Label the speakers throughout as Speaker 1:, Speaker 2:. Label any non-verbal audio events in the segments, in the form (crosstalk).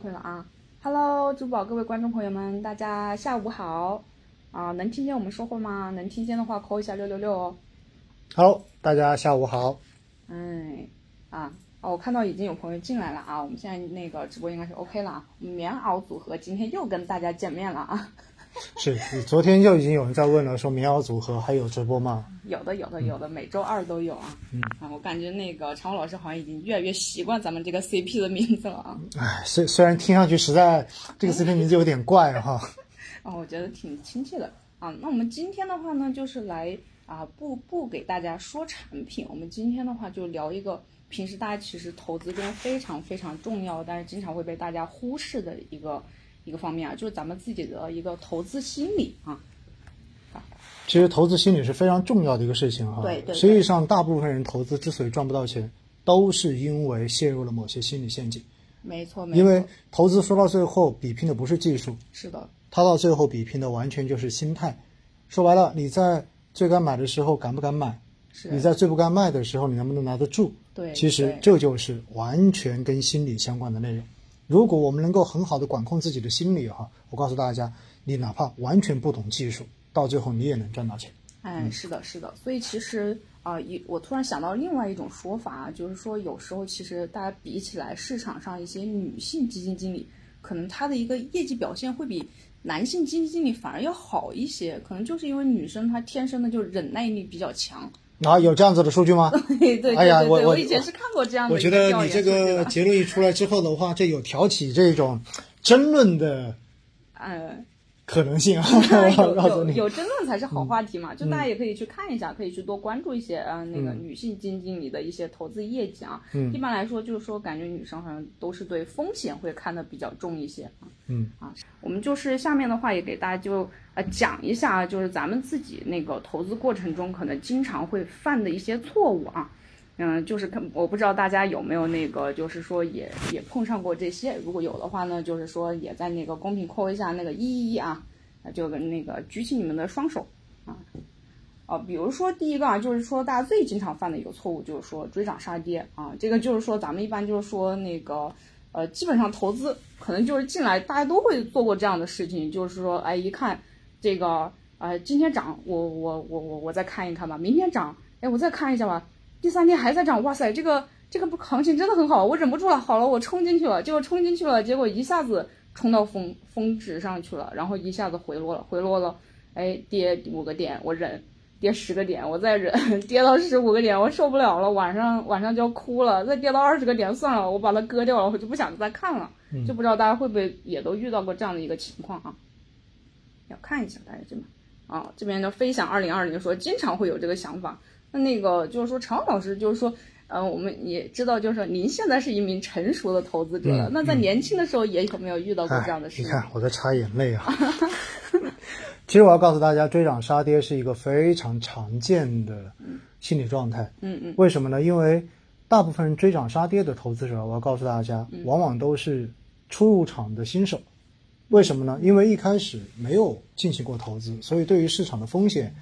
Speaker 1: 退了啊！Hello，珠宝各位观众朋友们，大家下午好啊！能听见我们说话吗？能听见的话扣一下六六六哦。
Speaker 2: Hello，大家下午好。
Speaker 1: 哎，啊哦，我看到已经有朋友进来了啊！我们现在那个直播应该是 OK 了啊。我们棉袄组合今天又跟大家见面了啊！
Speaker 2: 是，昨天就已经有人在问了，说民谣组合还有直播吗？
Speaker 1: 有的，有的，有的，每周二都有啊。啊，我感觉那个常务老师好像已经越来越习惯咱们这个 CP 的名字了啊。
Speaker 2: 哎，虽虽然听上去实在这个 CP 名字有点怪哈，
Speaker 1: 啊，我觉得挺亲切的啊。那我们今天的话呢，就是来啊，不不给大家说产品，我们今天的话就聊一个平时大家其实投资中非常非常重要，但是经常会被大家忽视的一个一个方面啊，就是咱们自己的一个投资心理啊。
Speaker 2: 其实投资心理是非常重要的一个事情哈。
Speaker 1: 对对对
Speaker 2: 实际上，大部分人投资之所以赚不到钱，都是因为陷入了某些心理陷阱。
Speaker 1: 没错，没错，
Speaker 2: 因为投资说到最后，比拼的不是技术，
Speaker 1: 是的，
Speaker 2: 它到最后比拼的完全就是心态。说白了，你在最该买的时候敢不敢买？
Speaker 1: 是
Speaker 2: 你在最不该卖的时候，你能不能拿得住？
Speaker 1: 对
Speaker 2: 其实
Speaker 1: 对
Speaker 2: 这就是完全跟心理相关的内容。如果我们能够很好的管控自己的心理哈，我告诉大家，你哪怕完全不懂技术，到最后你也能赚到钱。
Speaker 1: 哎，
Speaker 2: 嗯
Speaker 1: 是的，是的，所以其实啊，一、我突然想到另外一种说法，就是说有时候其实大家比起来，市场上一些女性基金经理，可能她的一个业绩表现会比男性基金经理反而要好一些，可能就是因为女生她天生的就忍耐力比较强。 (laughs)
Speaker 2: 然后啊有这样子的数据吗？
Speaker 1: 对对对，
Speaker 2: 哎呀
Speaker 1: 对
Speaker 2: 我
Speaker 1: 对
Speaker 2: 我
Speaker 1: 以前是看过这样的
Speaker 2: 我
Speaker 1: 一
Speaker 2: 觉得
Speaker 1: 调
Speaker 2: 你
Speaker 1: 研
Speaker 2: 这
Speaker 1: 数据
Speaker 2: 个
Speaker 1: 的
Speaker 2: 结论一出来之后的话，这有挑起这种争论的
Speaker 1: 哎。
Speaker 2: 可
Speaker 1: (laughs)
Speaker 2: 能性啊！
Speaker 1: 有
Speaker 2: 我告诉
Speaker 1: 有
Speaker 2: 你，嗯
Speaker 1: 有争论才是好话题嘛，就大家也可以去看一下，可以去多关注一些呃那个女性基金经理的一些投资业绩啊。
Speaker 2: 嗯
Speaker 1: 一般来说就是说，感觉女生好像都是对风险会看得比较重一些啊。
Speaker 2: 嗯
Speaker 1: 啊，我们就是下面的话也给大家就呃讲一下啊，就是咱们自己那个投资过程中可能经常会犯的一些错误啊。嗯，就是看我不知道大家有没有那个，就是说也也碰上过这些，如果有的话呢，就是说也在那个公屏扣一下那个一一一啊，啊就跟那个举起你们的双手啊。哦，比如说第一个啊，就是说大家最经常犯的一个错误，就是说追涨杀跌啊。这个就是说咱们一般就是说那个呃，基本上投资可能就是进来大家都会做过这样的事情，就是说哎一看这个呃今天涨，我我我我我再看一看吧，明天涨，哎我再看一下吧，第三天还在涨，哇塞，这个这个行情真的很好，我忍不住了，好了，我冲进去了，结果冲进去了，结果一下子冲到峰峰值上去了，然后一下子回落了，回落了，哎，跌五个点，我忍，跌十个点，我再忍， (laughs) 跌到十五个点，我受不了了，晚上晚上就要哭了，再跌到二十个点算了，我把它割掉了，我就不想再看了，
Speaker 2: 嗯
Speaker 1: 就不知道大家会不会也都遇到过这样的一个情况啊？要看一下大家这边啊，这边的飞翔二零二零说经常会有这个想法，那那个就是说，常老师就是说，呃，我们也知道，就是说您现在是一名成熟的投资者了。那在年轻的时候，也有没有遇到过这样的事
Speaker 2: 嗯哎你
Speaker 1: 情？
Speaker 2: 看我在擦眼泪
Speaker 1: (laughs)
Speaker 2: 啊！其实我要告诉大家，追涨杀跌是一个非常常见的心理状态。
Speaker 1: 嗯嗯，
Speaker 2: 为什么呢？因为大部分追涨杀跌的投资者，我要告诉大家，往往都是初入场的新手。为什么呢？因为一开始没有进行过投资，所以对于市场的风险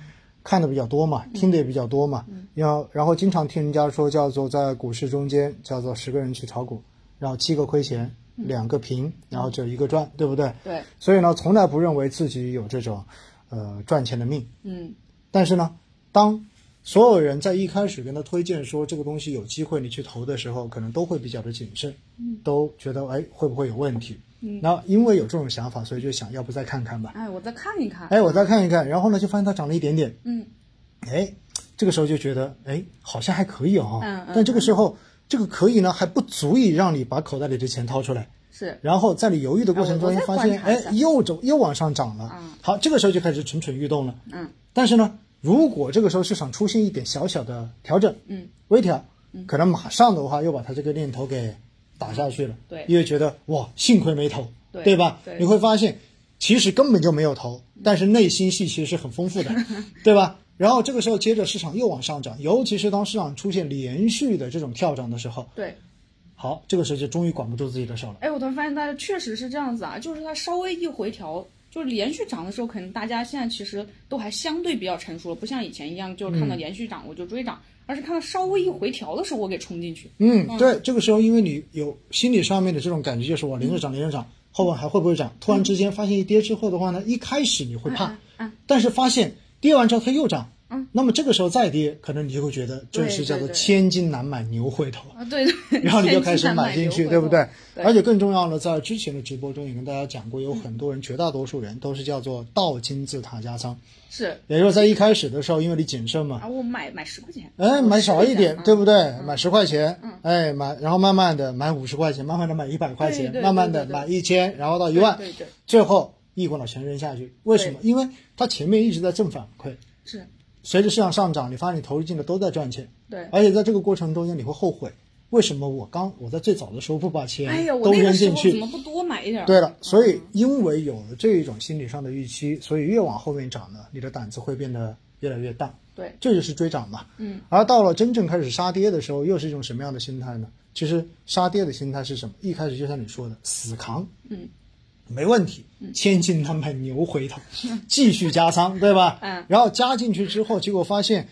Speaker 2: 看的比较多嘛，听的也比较多嘛，然后然后经常听人家说叫做在股市中间叫做十个人去炒股，然后七个亏钱，两个平，然后只有一个赚，对不对？
Speaker 1: 对，
Speaker 2: 所以呢，从来不认为自己有这种呃赚钱的命。
Speaker 1: 嗯
Speaker 2: 但是呢，当所有人在一开始跟他推荐说这个东西有机会你去投的时候，可能都会比较的谨慎，
Speaker 1: 嗯
Speaker 2: 都觉得哎会不会有问题？那因为有这种想法，所以就想要不再看看吧。
Speaker 1: 哎，我再看一看。
Speaker 2: 哎，我再看一看，然后呢就发现它涨了一点点，
Speaker 1: 嗯，
Speaker 2: 哎，这个时候就觉得哎好像还可以哦，
Speaker 1: 嗯嗯
Speaker 2: 但这个时候这个可以呢还不足以让你把口袋里的钱掏出来，
Speaker 1: 是，
Speaker 2: 然后在你犹豫的过程中
Speaker 1: 哎我，我再
Speaker 2: 发
Speaker 1: 观
Speaker 2: 现
Speaker 1: 察
Speaker 2: 哎
Speaker 1: 一下
Speaker 2: 又走又往上涨了
Speaker 1: 嗯，
Speaker 2: 好，这个时候就开始蠢蠢欲动了。
Speaker 1: 嗯，
Speaker 2: 但是呢，如果这个时候市场出现一点小小的调整，
Speaker 1: 嗯，
Speaker 2: 微调，可能马上的话又把它这个念头给打下去了。
Speaker 1: 对
Speaker 2: 因为觉得哇，幸亏没投，
Speaker 1: 对
Speaker 2: 吧？
Speaker 1: 对嗯
Speaker 2: 你会发现，其实根本就没有投，但是内心戏其实是很丰
Speaker 1: (laughs)
Speaker 2: 富的，对吧？然后这个时候接着市场又往上涨，尤其是当市场出现连续的这种跳涨的时候，
Speaker 1: 对。
Speaker 2: 好，这个时候就终于管不住自己的手了。
Speaker 1: 哎，我突然发现大家确实是这样子啊，就是它稍微一回调，就是连续涨的时候，可能大家现在其实都还相对比较成熟了，不像以前一样，就是看到连续涨我就追涨，而是看到稍微一回调的时候我给冲进去。
Speaker 2: 嗯，对，这个时候因为你有心理上面的这种感觉，就是我连着涨，连着涨，后面还会不会涨？突然之间发现一跌之后的话呢，一开始你会
Speaker 1: 嗯啊
Speaker 2: 怕，但是发现跌完之后它又涨，嗯，那么这个时候再跌，可能你就会觉得这是叫
Speaker 1: 对对
Speaker 2: 做
Speaker 1: 对
Speaker 2: 千金难买牛回头。
Speaker 1: 啊，对对。
Speaker 2: (laughs) 然后你就开始
Speaker 1: (laughs) 千金难
Speaker 2: 买
Speaker 1: 买
Speaker 2: 进去，
Speaker 1: 牛
Speaker 2: 对不对？
Speaker 1: 对
Speaker 2: 而且更重要的，在之前的直播中也跟大家讲过，有很多人，绝大多数人都是叫做倒金字塔加仓，
Speaker 1: 是
Speaker 2: 也就是在一开始的时候，因为你谨慎嘛，
Speaker 1: 啊，我买买十块钱，嗯
Speaker 2: 哎，买少一点，对
Speaker 1: 对
Speaker 2: 不对？买十块钱，哎，买，然后慢慢的买五十块钱，慢慢的买一百块
Speaker 1: 对
Speaker 2: 钱，
Speaker 1: 对
Speaker 2: 慢慢的
Speaker 1: 对对
Speaker 2: 买一千，然后到一万，
Speaker 1: 啊对对，
Speaker 2: 最后一股脑全扔下去。为什么？因为它前面一直在正反馈，
Speaker 1: 是，
Speaker 2: 随着市场上涨，你发现你投入进的都在赚钱，
Speaker 1: 对。
Speaker 2: 而且在这个过程中间你会后悔，为什么我刚我在最早的时候不把钱
Speaker 1: 哎呀，我
Speaker 2: 都
Speaker 1: 那个
Speaker 2: 扔
Speaker 1: 时
Speaker 2: 进
Speaker 1: 候
Speaker 2: 去？
Speaker 1: 怎么不嗯多买一点儿？啊
Speaker 2: 对了，所以因为有了这一种心理上的预期，所以越往后面涨呢，你的胆子会变得越来越大，
Speaker 1: 对，
Speaker 2: 这就是追涨嘛。
Speaker 1: 嗯，
Speaker 2: 而到了真正开始杀跌的时候，又是一种什么样的心态呢？其实杀跌的心态是什么？一开始就像你说的，死扛，
Speaker 1: 嗯，
Speaker 2: 没问题，千金难买牛回头，继续加仓， (laughs) 对吧？
Speaker 1: 嗯，
Speaker 2: 然后加进去之后，结果发现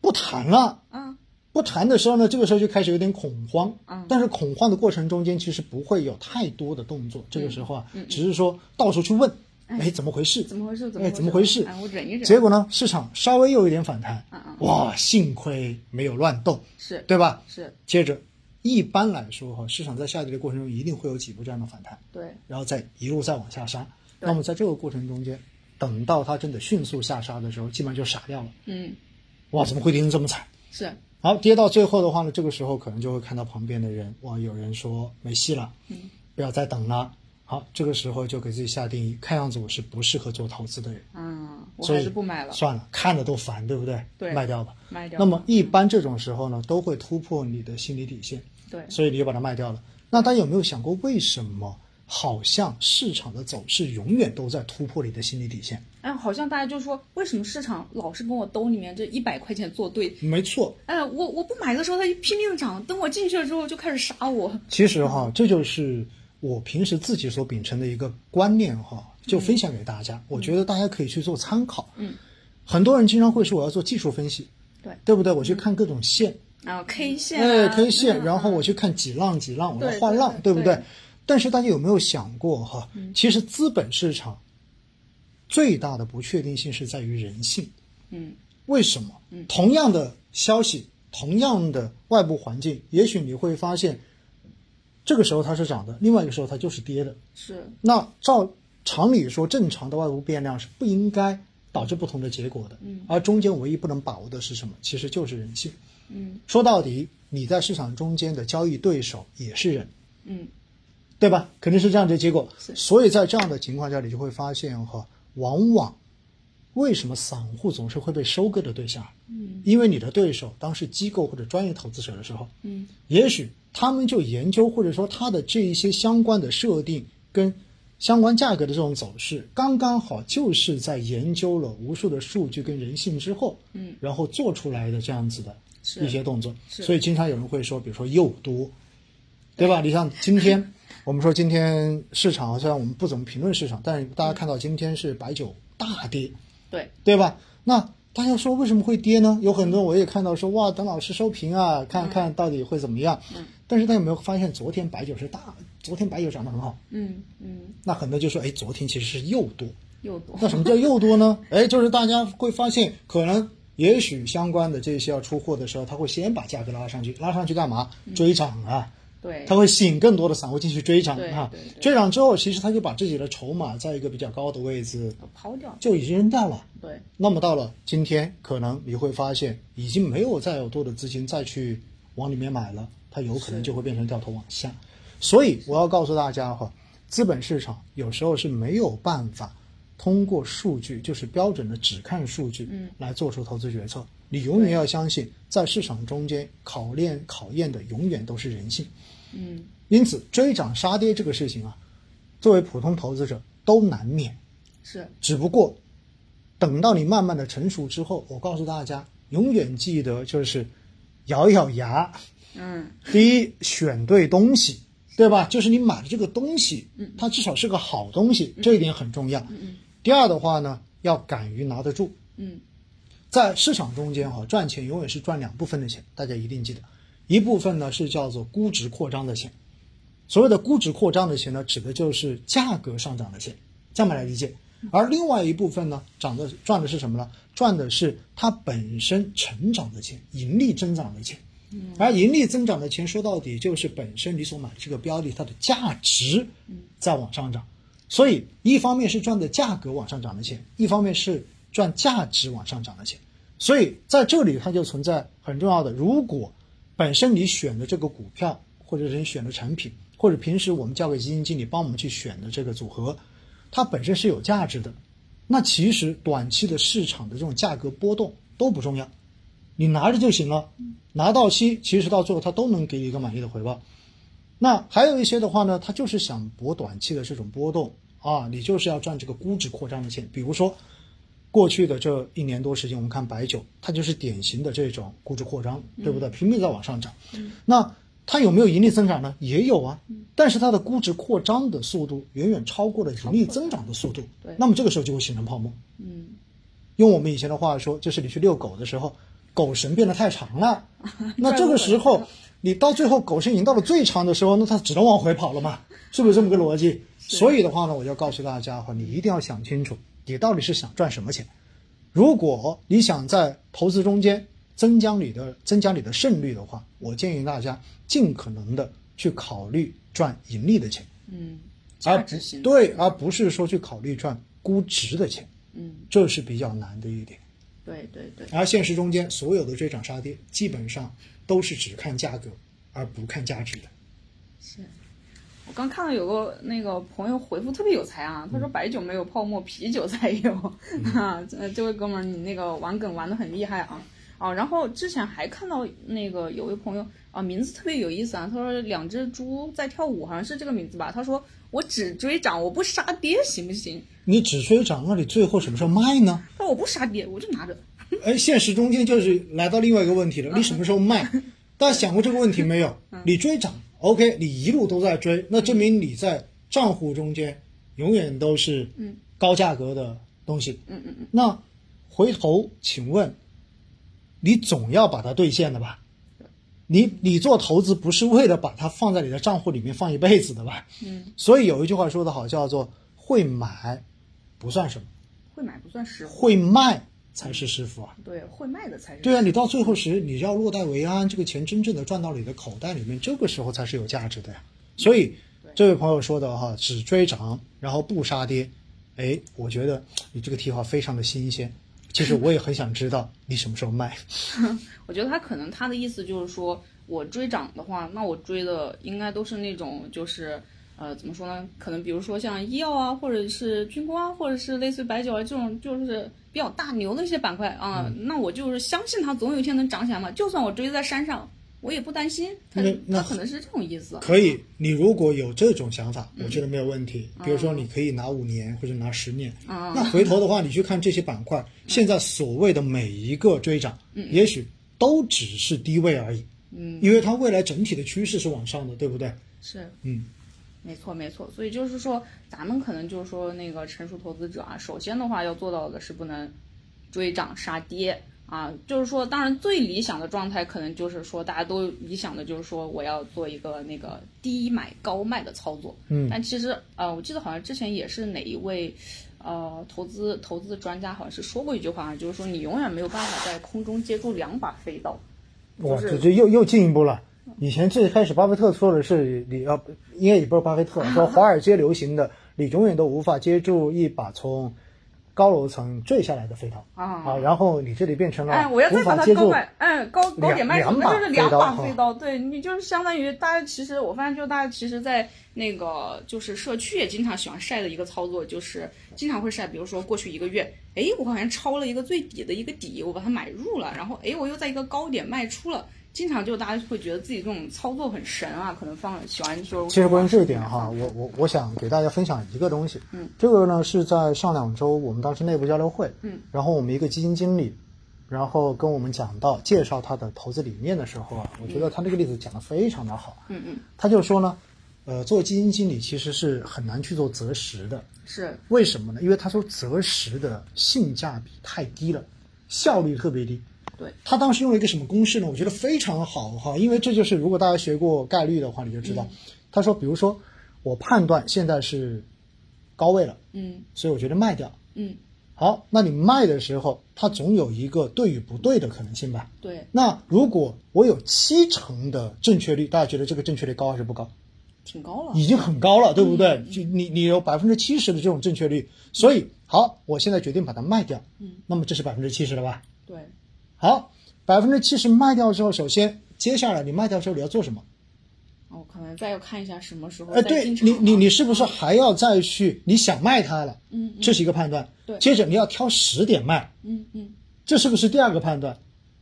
Speaker 2: 不谈了。
Speaker 1: 啊，
Speaker 2: 不谈的时候呢，这个时候就开始有点恐慌。
Speaker 1: 嗯
Speaker 2: 但是恐慌的过程中间，其实不会有太多的动作。
Speaker 1: 嗯
Speaker 2: 这个时候啊，只是说到处去问，哎，怎么回事？
Speaker 1: 怎么回事？
Speaker 2: 哎，
Speaker 1: 怎
Speaker 2: 怎
Speaker 1: 么
Speaker 2: 么回事？
Speaker 1: 哎，我忍一忍。
Speaker 2: 结果呢，市场稍微又有一点反弹
Speaker 1: 嗯，
Speaker 2: 哇，幸亏没有乱动，
Speaker 1: 是
Speaker 2: 对吧？
Speaker 1: 是，
Speaker 2: 接着，一般来说哈，市场在下跌的过程中一定会有几波这样的反弹，
Speaker 1: 对，
Speaker 2: 然后再一路再往下杀。
Speaker 1: 对
Speaker 2: 那么在这个过程中间，等到它真的迅速下杀的时候，基本上就傻掉了。
Speaker 1: 嗯，
Speaker 2: 哇，怎么会跌成这么惨？
Speaker 1: 是
Speaker 2: 好，跌到最后的话呢，这个时候可能就会看到旁边的人，哇，有人说没戏了，
Speaker 1: 嗯，
Speaker 2: 不要再等了。好，这个时候就给自己下定义，看样子我是不适合做投资的人，
Speaker 1: 啊，我
Speaker 2: 所
Speaker 1: 还
Speaker 2: 以
Speaker 1: 是不买了，
Speaker 2: 算了，看着都烦，对不对？
Speaker 1: 对
Speaker 2: 卖掉吧。
Speaker 1: 卖掉。
Speaker 2: 那么一般这种时候呢，都会突破你的心理底线，
Speaker 1: 对，
Speaker 2: 所以你就把它卖掉了。那大家有没有想过，为什么好像市场的走势永远都在突破你的心理底线？
Speaker 1: 哎，好像大家就说，为什么市场老是跟我兜里面这一百块钱作对？
Speaker 2: 没错，
Speaker 1: 哎，我我不买的时候，它就拼命涨，等我进去了之后就开始杀我。
Speaker 2: 其实哈，这就是我平时自己所秉承的一个观念哈，就分享给大家。我觉得大家可以去做参考。
Speaker 1: 嗯，
Speaker 2: 很多人经常会说我要做技术分析，
Speaker 1: 对嗯
Speaker 2: 对不对？我去看各种线，
Speaker 1: 啊，K 线
Speaker 2: 哎
Speaker 1: 啊
Speaker 2: ，K 线，
Speaker 1: 嗯
Speaker 2: 然后我去看几浪几浪，我
Speaker 1: 对
Speaker 2: 要换浪，
Speaker 1: 对对
Speaker 2: 不
Speaker 1: 对？嗯
Speaker 2: 但是大家有没有想过哈？其实资本市场最大的不确定性是在于人性。
Speaker 1: 嗯，
Speaker 2: 为什么？同样的消息，同样的外部环境，也许你会发现，这个时候它是涨的，另外一个时候它就是跌的。
Speaker 1: 是
Speaker 2: 那照常理说，正常的外部变量是不应该导致不同的结果的。嗯，而中间唯一不能把握的是什么？其实就是人性。
Speaker 1: 嗯
Speaker 2: 说到底，你在市场中间的交易对手也是人，
Speaker 1: 嗯
Speaker 2: 对吧？肯定是这样的结果
Speaker 1: 是。
Speaker 2: 所以在这样的情况下，你就会发现哈，往往为什么散户总是会被收割的对象？
Speaker 1: 嗯，
Speaker 2: 因为你的对手当是机构或者专业投资者的时候，
Speaker 1: 嗯，
Speaker 2: 也许他们就研究或者说他的这一些相关的设定跟相关价格的这种走势，刚刚好就是在研究了无数的数据跟人性之后，
Speaker 1: 嗯，
Speaker 2: 然后做出来的这样子的
Speaker 1: 是
Speaker 2: 一些动作。
Speaker 1: 是
Speaker 2: 所以经常有人会说，比如说诱多，对吧？你像
Speaker 1: (laughs)
Speaker 2: 今天，我们说今天市场虽然我们不怎么评论市场，但是大家看到今天是白酒大跌，
Speaker 1: 对，
Speaker 2: 对吧？那大家说为什么会跌呢？有很多我也看到说哇，等老师收评啊，
Speaker 1: 嗯
Speaker 2: 看看到底会怎么样。嗯、但是大家有没有发现，昨天白酒是大，昨天白酒涨得很好，
Speaker 1: 嗯嗯，
Speaker 2: 那很多就说哎，昨天其实是诱多。
Speaker 1: 又多。
Speaker 2: 那什么叫诱
Speaker 1: (laughs)
Speaker 2: 多呢？哎，就是大家会发现，可能也许相关的这些要出货的时候，他会先把价格拉上去，拉上去干嘛？追涨啊！
Speaker 1: 嗯对，
Speaker 2: 他会吸引更多的散户进去追涨
Speaker 1: 对
Speaker 2: 啊
Speaker 1: 对对！
Speaker 2: 追涨之后，其实他就把自己的筹码在一个比较高的位置
Speaker 1: 抛掉了。
Speaker 2: 就已经扔掉了。
Speaker 1: 对，
Speaker 2: 那么到了今天，可能你会发现已经没有再有多的资金再去往里面买了，它有可能就会变成掉头往下。所以我要告诉大家哈，资本市场有时候是没有办法通过数据，就是标准的只看数据，
Speaker 1: 嗯，
Speaker 2: 来做出投资决策。你永远要相信，在市场中间考验考验的永远都是人性。
Speaker 1: 嗯，
Speaker 2: 因此，追涨杀跌这个事情啊，作为普通投资者都难免。
Speaker 1: 是
Speaker 2: 只不过等到你慢慢的成熟之后，我告诉大家，永远记得就是咬一咬牙。
Speaker 1: 嗯
Speaker 2: 第一，选对东西；对吧？就是你买的这个东西，它至少是个好东西，这一点很重要。第二的话呢，要敢于拿得住。
Speaker 1: 嗯，
Speaker 2: 在市场中间哈，赚钱永远是赚两部分的钱，大家一定记得，一部分呢是叫做估值扩张的钱。所谓的估值扩张的钱呢，指的就是价格上涨的钱，这么来理解。而另外一部分呢，涨的赚的是什么呢？赚的是它本身成长的钱，盈利增长的钱。而盈利增长的钱，说到底就是本身你所买这个标的它的价值在往上涨。所以一方面是赚的价格往上涨的钱，一方面是赚价值往上涨的钱。所以在这里它就存在很重要的，如果本身你选的这个股票，或者是你选的产品，或者平时我们交给基金经理帮我们去选的这个组合，它本身是有价值的，那其实短期的市场的这种价格波动都不重要，你拿着就行了，拿到期其实到最后它都能给你一个满意的回报。那还有一些的话呢，他就是想博短期的这种波动啊，你就是要赚这个估值扩张的钱。比如说，过去的这一年多时间，我们看白酒，它就是典型的这种估值扩张，对不对？拼命在往上涨。那它有没有盈利增长呢？也有啊，但是它的估值扩张的速度远远超过了盈利增长的速度
Speaker 1: 对，
Speaker 2: 那么这个时候就会形成泡沫。
Speaker 1: 嗯，
Speaker 2: 用我们以前的话说，就是你去遛狗的时候，狗绳变得太长
Speaker 1: (laughs)
Speaker 2: 了，那这个时候你到最后狗绳已经到了最长的时候，那它只能往回跑了嘛，是不是这么个逻辑？所以的话呢，我要告诉大家哈，你一定要想清楚，你到底是想赚什么钱。如果你想在投资中间增加你的增加你的胜率的话，我建议大家尽可能的去考虑赚盈利的钱，
Speaker 1: 嗯，
Speaker 2: 而
Speaker 1: 价值型，
Speaker 2: 对，而不是说去考虑赚估值的钱，
Speaker 1: 嗯，
Speaker 2: 这是比较难的一点。
Speaker 1: 对对对，
Speaker 2: 而现实中间所有的追涨杀跌，基本上都是只看价格而不看价值的。
Speaker 1: 是。我刚看到有个那个朋友回复特别有才啊，他说白酒没有泡沫，啤酒才有 (laughs) 啊。这这位哥们儿，你那个玩梗玩的很厉害啊啊！然后之前还看到那个有位朋友啊，名字特别有意思啊，他说两只猪在跳舞，好像是这个名字吧？他说我只追涨，我不杀跌，行不行？
Speaker 2: 你只追涨，那你最后什么时候卖呢？
Speaker 1: 他说我不杀跌，我就拿着。
Speaker 2: 哎，现实中间就是来到另外一个问题了，你什么时候卖？ (laughs) 大家想过这个问题没有？你追涨，OK，你一路都在追，那证明你在账户中间永远都是高价格的东西。
Speaker 1: 嗯嗯嗯，
Speaker 2: 那回头请问，你总要把它兑现的吧？你你做投资不是为了把它放在你的账户里面放一辈子的吧？
Speaker 1: 嗯，
Speaker 2: 所以有一句话说得好，叫做“会买不算什么，
Speaker 1: 会买不算实惠，
Speaker 2: 会卖才是师傅啊”。
Speaker 1: 对，会卖的才是。
Speaker 2: 对啊，你到最后时，你要落袋为安，这个钱真正的赚到你的口袋里面，这个时候才是有价值的呀。所以这位朋友说的哈，只追涨，然后不杀跌，哎，我觉得你这个提法非常的新鲜。其实我也很想知道你什么时候卖。
Speaker 1: 我觉得他可能他的意思就是说，我追涨的话，那我追的应该都是那种就是呃怎么说呢？可能比如说像医药啊，或者是军工啊，或者是类似于白酒啊这种就是比较大牛的一些板块啊、
Speaker 2: 嗯
Speaker 1: 那我就是相信它总有一天能涨起来嘛。就算我追在山上，我也不担心。他
Speaker 2: 那那
Speaker 1: 他可能是这种意思。
Speaker 2: 可以，你如果有这种想法，我觉得没有问题。比如说，你可以拿五年或者拿十年。
Speaker 1: 嗯
Speaker 2: 那回头的话，你去看这些板块，现在所谓的每一个追涨，也许都只是低位而已。
Speaker 1: 嗯，
Speaker 2: 因为它未来整体的趋势是往上的，对不对？
Speaker 1: 是，
Speaker 2: 嗯，
Speaker 1: 没错没错。所以就是说，咱们可能就是说那个成熟投资者啊，首先的话要做到的是不能追涨杀跌啊，就是说，当然最理想的状态可能就是说，大家都理想的就是说，我要做一个那个低买高卖的操作。
Speaker 2: 嗯
Speaker 1: 但其实呃，我记得好像之前也是哪一位。呃，投资投资专家好像是说过一句话啊，就是说你永远没有办法在空中接住两把飞刀。
Speaker 2: 哇，
Speaker 1: 是
Speaker 2: 这这又又进一步了。以前最开始巴菲特说的是你要，应该也不是巴菲特说华尔街流行的，你永远都无法接住一把从高楼层坠下来的飞刀
Speaker 1: 啊
Speaker 2: 然后你这里变成了
Speaker 1: 哎，我要
Speaker 2: 无
Speaker 1: 再把
Speaker 2: 法
Speaker 1: 它
Speaker 2: 接
Speaker 1: 高
Speaker 2: 住，
Speaker 1: 买，哎，高高点卖出，
Speaker 2: 两
Speaker 1: 那就是两把
Speaker 2: 两把飞刀
Speaker 1: 飞刀。对你就是相当于大家其实我发现，就大家其实，在那个就是社区也经常喜欢晒的一个操作，就是经常会晒，比如说过去一个月，哎，我好像抄了一个最底的一个底，我把它买入了，然后哎，我又在一个高点卖出了。经常就大家会觉得自己这种操作很神啊，可能放喜欢说。
Speaker 2: 其实关于这一点哈，我我我想给大家分享一个东西，嗯，这个呢是在上两周我们当时内部交流会，
Speaker 1: 嗯，
Speaker 2: 然后我们一个基金经理，然后跟我们讲到介绍他的投资理念的时候啊，我觉得他那个例子讲得非常的好，
Speaker 1: 嗯嗯嗯
Speaker 2: 他就说呢，呃，做基金经理其实是很难去做择时的，
Speaker 1: 是
Speaker 2: 为什么呢？因为他说择时的性价比太低了，效率特别低。
Speaker 1: 对，
Speaker 2: 他当时用了一个什么公式呢？我觉得非常好哈，因为这就是如果大家学过概率的话，你就知道。他说，比如说我判断现在是高位了，
Speaker 1: 嗯
Speaker 2: 所以我觉得卖掉。
Speaker 1: 嗯，
Speaker 2: 好，那你卖的时候，它总有一个对与不对的可能性吧？
Speaker 1: 对，
Speaker 2: 那如果我有七成的正确率，大家觉得这个正确率高还是不高？
Speaker 1: 挺高了。
Speaker 2: 已经很高了，对不对？
Speaker 1: 嗯
Speaker 2: 就你你有百分之七十的这种正确率，所以好，我现在决定把它卖掉。
Speaker 1: 嗯，
Speaker 2: 那么这是百分之七十了吧？
Speaker 1: 对，
Speaker 2: 好，百分之七十卖掉之后，首先接下来你卖掉之后你要做什么？
Speaker 1: 哦我可能再要看一下什么时候
Speaker 2: 哎，
Speaker 1: 再
Speaker 2: 对
Speaker 1: 进
Speaker 2: 你
Speaker 1: 场啊。
Speaker 2: 你你是不是还要再去你想卖它了？
Speaker 1: 嗯
Speaker 2: 这是一个判断。
Speaker 1: 对
Speaker 2: 接着你要挑十点卖，
Speaker 1: 嗯嗯，
Speaker 2: 这是不是第二个判断？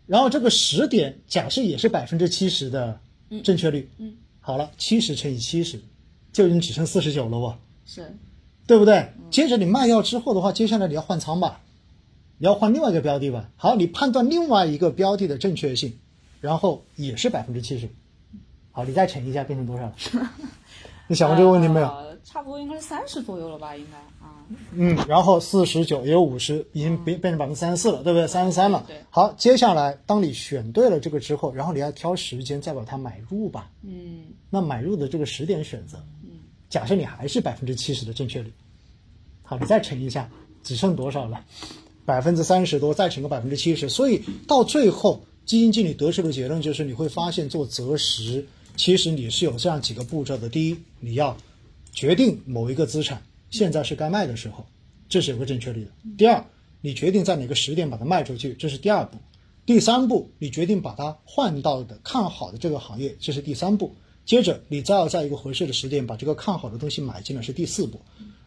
Speaker 2: 然后这个十点假设也是百分之七十的正确率，
Speaker 1: 嗯嗯
Speaker 2: 好了，七十乘以七十，就已经只剩四十九了哇，
Speaker 1: 嗯是
Speaker 2: 对不对？接着你卖掉之后的话，接下来你要换仓吧，你要换另外一个标的吧。好，你判断另外一个标的的正确性，然后也是百分之七十，好，你再乘一下变成多少
Speaker 1: (laughs)
Speaker 2: 了？你想过这个问题没有？
Speaker 1: 呃差不多应该是三十左右了吧，应该啊。
Speaker 2: 嗯，然后四十九也有五十，已经变变成百分之三十四了，对不对？三十三了。
Speaker 1: 对对
Speaker 2: 好，接下来当你选对了这个之后，然后你要挑时间再把它买入吧。
Speaker 1: 嗯
Speaker 2: 那买入的这个时点选择，
Speaker 1: 嗯，
Speaker 2: 假设你还是百分之七十的正确率，好，你再乘一下，只剩多少了？百分之三十多，再乘个百分之七十，所以到最后，基金经理得出的结论就是，你会发现做择时，其实你是有这样几个步骤的。第一，你要决定某一个资产现在是该卖的时候，这是有个正确率的。第二，你决定在哪个时点把它卖出去，这是第二步。第三步，你决定把它换到的看好的这个行业，这是第三步。接着，你再要在一个合适的时点把这个看好的东西买进来，是第四步。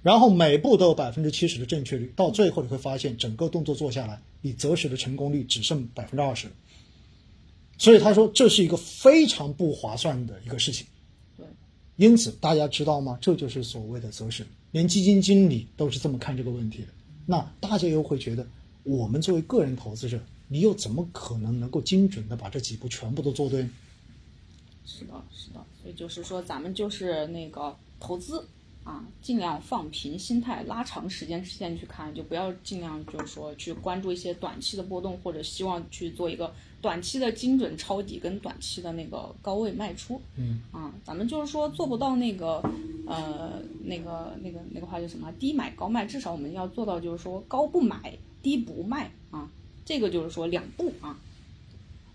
Speaker 2: 然后每步都有百分之七十的正确率，到最后你会发现，整个动作做下来，你择时的成功率只剩百分之二十。所以他说这是一个非常不划算的一个事情。
Speaker 1: 对，
Speaker 2: 因此，大家知道吗？这就是所谓的择时，连基金经理都是这么看这个问题的。那大家又会觉得，我们作为个人投资者，你又怎么可能能够精准的把这几步全部都做对呢？
Speaker 1: 是的，是的。所以就是说，咱们就是那个投资啊，尽量放平心态，拉长时间线去看，就不要尽量就是说去关注一些短期的波动，或者希望去做一个短期的精准抄底跟短期的那个高位卖出。
Speaker 2: 嗯，
Speaker 1: 啊，咱们就是说做不到那个，呃，那个那个那个话叫什么？低买高卖，至少我们要做到就是说高不买，低不卖啊。这个就是说两不啊，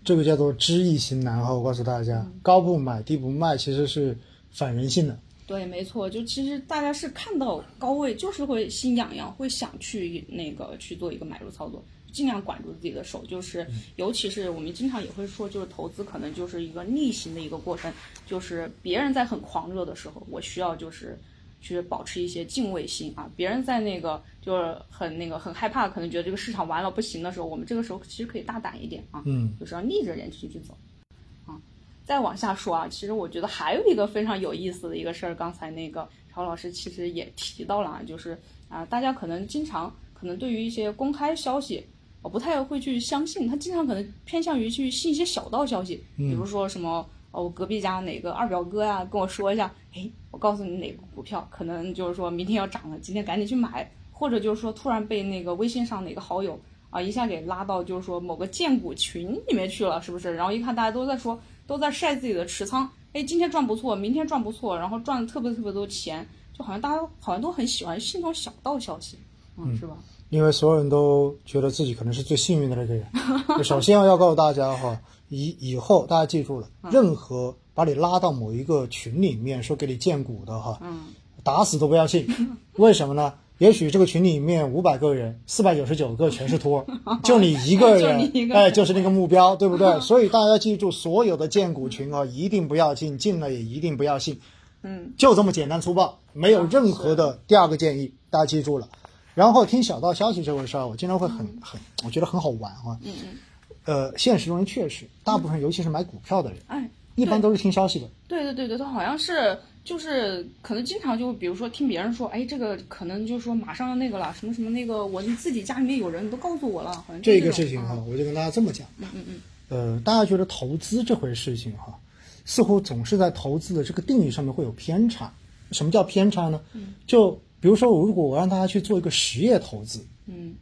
Speaker 2: 这个叫做知易行难哈。我告诉大家，高不买低不卖其实是反人性的。
Speaker 1: 对，没错，就其实大家是看到高位，就是会心痒痒，会想去那个去做一个买入操作，尽量管住自己的手。就是，尤其是我们经常也会说，就是投资可能就是一个逆行的一个过程，就是别人在很狂热的时候，我需要就是去保持一些敬畏心啊。别人在那个就是很那个很害怕，可能觉得这个市场完了不行的时候，我们这个时候其实可以大胆一点啊，
Speaker 2: 嗯，
Speaker 1: 就是要逆着人群去走。再往下说啊，其实我觉得还有一个非常有意思的一个事儿，刚才那个曹老师其实也提到了啊，就是啊、大家可能经常可能对于一些公开消息，我不太会去相信，他经常可能偏向于去信一些小道消息，比如说什么。哦，我隔壁家哪个二表哥呀、跟我说一下，哎，我告诉你哪个股票可能就是说明天要涨了，今天赶紧去买，或者就是说突然被那个微信上哪个好友啊一下给拉到就是说某个荐股群里面去了，是不是？然后一看大家都在说，都在晒自己的持仓，哎，今天赚不错，明天赚不错，然后赚的特别特别多钱，就好像大家好像都很喜欢信这种小道消息，嗯，是吧？
Speaker 2: 因为所有人都觉得自己可能是最幸运的那个人。 (laughs) 就首先要告诉大家哈，以以后大家记住了，
Speaker 1: 嗯
Speaker 2: 任何把你拉到某一个群里面说给你荐股的哈，
Speaker 1: 嗯，
Speaker 2: 打死都不要
Speaker 1: (laughs)
Speaker 2: 信。为什么呢？也许这个群里面五百个人，四百九十九个全是托
Speaker 1: (laughs)
Speaker 2: 儿，就你一个
Speaker 1: 就
Speaker 2: 人
Speaker 1: 你一，个人
Speaker 2: 哎，就是那个目标，对
Speaker 1: (laughs)
Speaker 2: 不对？所以大家记住，所有的荐股群啊，一定不要进，进了也一定不要信。
Speaker 1: 嗯，
Speaker 2: 就这么简单粗暴，没有任何的第二个建议，大家记住了。然后听小道消息这回事儿，我经常会很很，我觉得很好玩啊。嗯嗯。呃，现实中人确实，大部分尤其是买股票的人，
Speaker 1: 哎，
Speaker 2: 一般都是听消息的。
Speaker 1: 对对对对，他好像是就是可能经常就比如说听别人说，哎，这个可能就说马上要那个了，什么什么那个，我自己家里面有人都告诉我了，好像就
Speaker 2: 这
Speaker 1: 是
Speaker 2: 个
Speaker 1: 种
Speaker 2: 事情哈、
Speaker 1: 啊，
Speaker 2: 我就跟大家这么讲吧。
Speaker 1: 嗯嗯
Speaker 2: 呃，大家觉得投资这回事情哈、似乎总是在投资的这个定义上面会有偏差。什么叫偏差呢？就比如说，如果我让大家去做一个实业投资，
Speaker 1: 嗯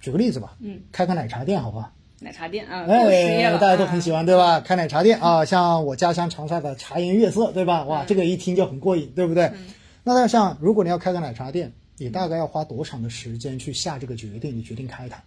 Speaker 2: 举个例子吧，
Speaker 1: 嗯，
Speaker 2: 开个奶茶店，好吧？
Speaker 1: 奶茶店啊，做实业
Speaker 2: 哎，
Speaker 1: 了，啊
Speaker 2: 大家都很喜
Speaker 1: 欢。
Speaker 2: 欢，对吧？开奶茶店啊，像我家乡长沙的茶颜悦色，对吧？哇，这个一听就很过瘾，对
Speaker 1: 嗯
Speaker 2: 不对？那像如果你要开个奶茶店，你大概要花多长的时间去下这个决定？你决定开它，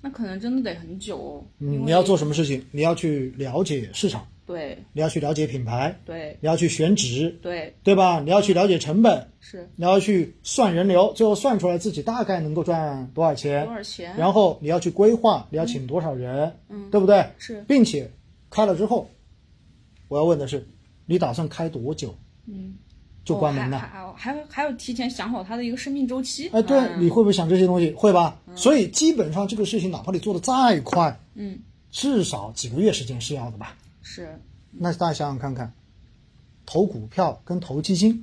Speaker 1: 那可能真的得很久哦。因
Speaker 2: 嗯，
Speaker 1: 为
Speaker 2: 你要做什么事情？你要去了解市场，
Speaker 1: 对
Speaker 2: 你要去了解品牌，
Speaker 1: 对
Speaker 2: 你要去选址，
Speaker 1: 对
Speaker 2: 对吧？你要去了解成本，
Speaker 1: 是
Speaker 2: 你要去算人流，最后算出来自己大概能够赚多少钱，
Speaker 1: 多少钱？
Speaker 2: 哎然后你要去规划，你要请多少人，
Speaker 1: 嗯
Speaker 2: 对不对？
Speaker 1: 是
Speaker 2: 并且开了之后，我要问的是，你打算开多久
Speaker 1: 嗯，哦
Speaker 2: 就关门
Speaker 1: 了。
Speaker 2: 了？
Speaker 1: 还还有还有提前想好它的一个生命周期。
Speaker 2: 哎，对，
Speaker 1: 嗯
Speaker 2: 你会不会想这些东西？会吧？所以基本上这个事情，哪怕你做的再快，
Speaker 1: 嗯
Speaker 2: 至少几个月时间是要的吧？
Speaker 1: 是
Speaker 2: 那大家想想看看，投股票跟投基金，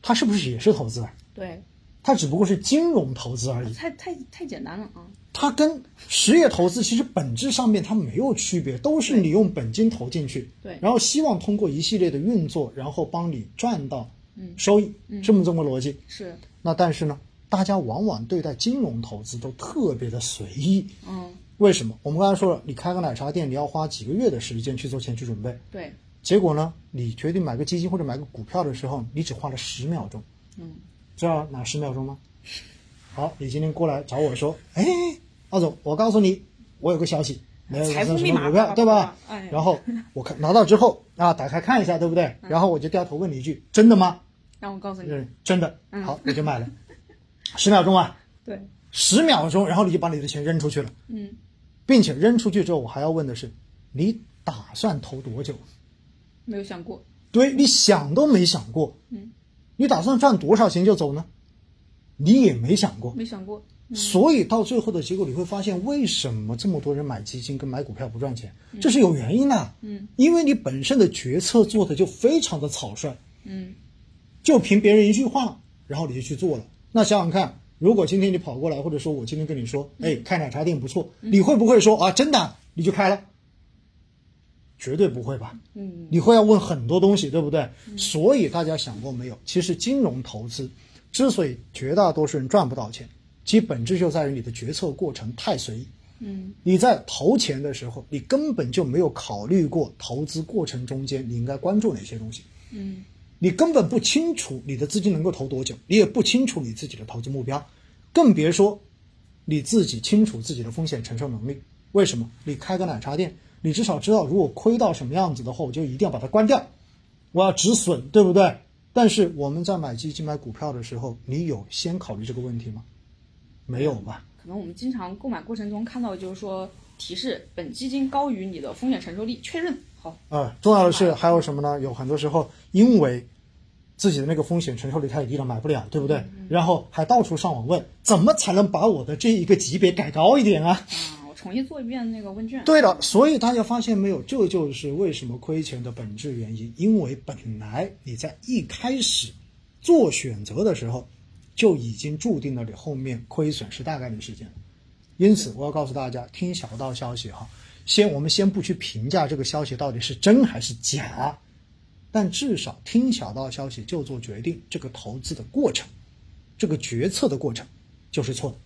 Speaker 2: 它是不是也是投资啊？
Speaker 1: 对，
Speaker 2: 它只不过是金融投资而已，
Speaker 1: 太太太简单了啊。
Speaker 2: 它跟实业投资其实本质上面它没有区别，都是你用本金投进去，
Speaker 1: 对
Speaker 2: 然后希望通过一系列的运作，然后帮你赚到收益，
Speaker 1: 嗯
Speaker 2: 这么这么逻辑。
Speaker 1: 是
Speaker 2: 那但是呢，大家往往对待金融投资都特别的随意，
Speaker 1: 嗯
Speaker 2: 为什么？我们刚才说了，你开个奶茶店，你要花几个月的时间去做前期准备，
Speaker 1: 对
Speaker 2: 结果呢，你决定买个基金或者买个股票的时候，你只花了十秒钟，
Speaker 1: 嗯
Speaker 2: 知道哪十秒钟吗？好，你今天过来找我说，哎，奥总，我告诉你，我有个消息，没有
Speaker 1: 啊财富
Speaker 2: 什
Speaker 1: 密
Speaker 2: 么
Speaker 1: 码
Speaker 2: 股票，
Speaker 1: 吧
Speaker 2: 对吧？
Speaker 1: 哎
Speaker 2: 然后我看拿到之后啊，打开看一下，对不对？
Speaker 1: 嗯
Speaker 2: 然后我就掉头问你一句，真的吗？
Speaker 1: 让我告诉你，
Speaker 2: 嗯，真的。
Speaker 1: 嗯
Speaker 2: 好，我就买了。十秒钟啊，
Speaker 1: 对，
Speaker 2: 十秒钟，然后你就把你的钱扔出去了，
Speaker 1: 嗯，
Speaker 2: 并且扔出去之后，我还要问的是，你打算投多久？
Speaker 1: 没有想过，
Speaker 2: 对，你想都没想过，
Speaker 1: 嗯，
Speaker 2: 你打算赚多少钱就走呢？你也没想过，
Speaker 1: 没想过，
Speaker 2: 所以到最后的结果，你会发现为什么这么多人买基金跟买股票不赚钱，这是有原因的、
Speaker 1: 嗯，
Speaker 2: 因为你本身的决策做的就非常的草率，
Speaker 1: 嗯
Speaker 2: 就凭别人一句话，然后你就去做了。那想想看，如果今天你跑过来，或者说我今天跟你说，哎，开奶茶店不错，你会不会说啊，真的你就开了？绝对不会吧？
Speaker 1: 嗯
Speaker 2: 你会要问很多东西，对不对？所以大家想过没有？其实金融投资之所以绝大多数人赚不到钱，其本质就在于你的决策过程太随意。
Speaker 1: 嗯
Speaker 2: 你在投钱的时候，你根本就没有考虑过投资过程中间你应该关注哪些东西，
Speaker 1: 嗯
Speaker 2: 你根本不清楚你的资金能够投多久，你也不清楚你自己的投资目标，更别说你自己清楚自己的风险承受能力。为什么？你开个奶茶店，你至少知道如果亏到什么样子的话，我就一定要把它关掉，我要止损，对不对？但是我们在买基金、买股票的时候，你有先考虑这个问题吗？没有吧？
Speaker 1: 可能我们经常购买过程中看到，就是说提示本基金高于你的风险承受力，确认好。
Speaker 2: 呃，重要的是还有什么呢？有很多时候因为自己的那个风险承受力太低了，买不了，对不对？然后还到处上网问，怎么才能把我的这一个级别改高一点啊？
Speaker 1: 啊，我重新做一遍那个问卷。
Speaker 2: 对的，所以大家发现没有，这就是为什么亏钱的本质原因，因为本来你在一开始做选择的时候，就已经注定了你后面亏损是大概率事件了。因此，我要告诉大家，听小道消息哈，先我们先不去评价这个消息到底是真还是假，但至少听小道消息就做决定，这个投资的过程，这个决策的过程就是错的，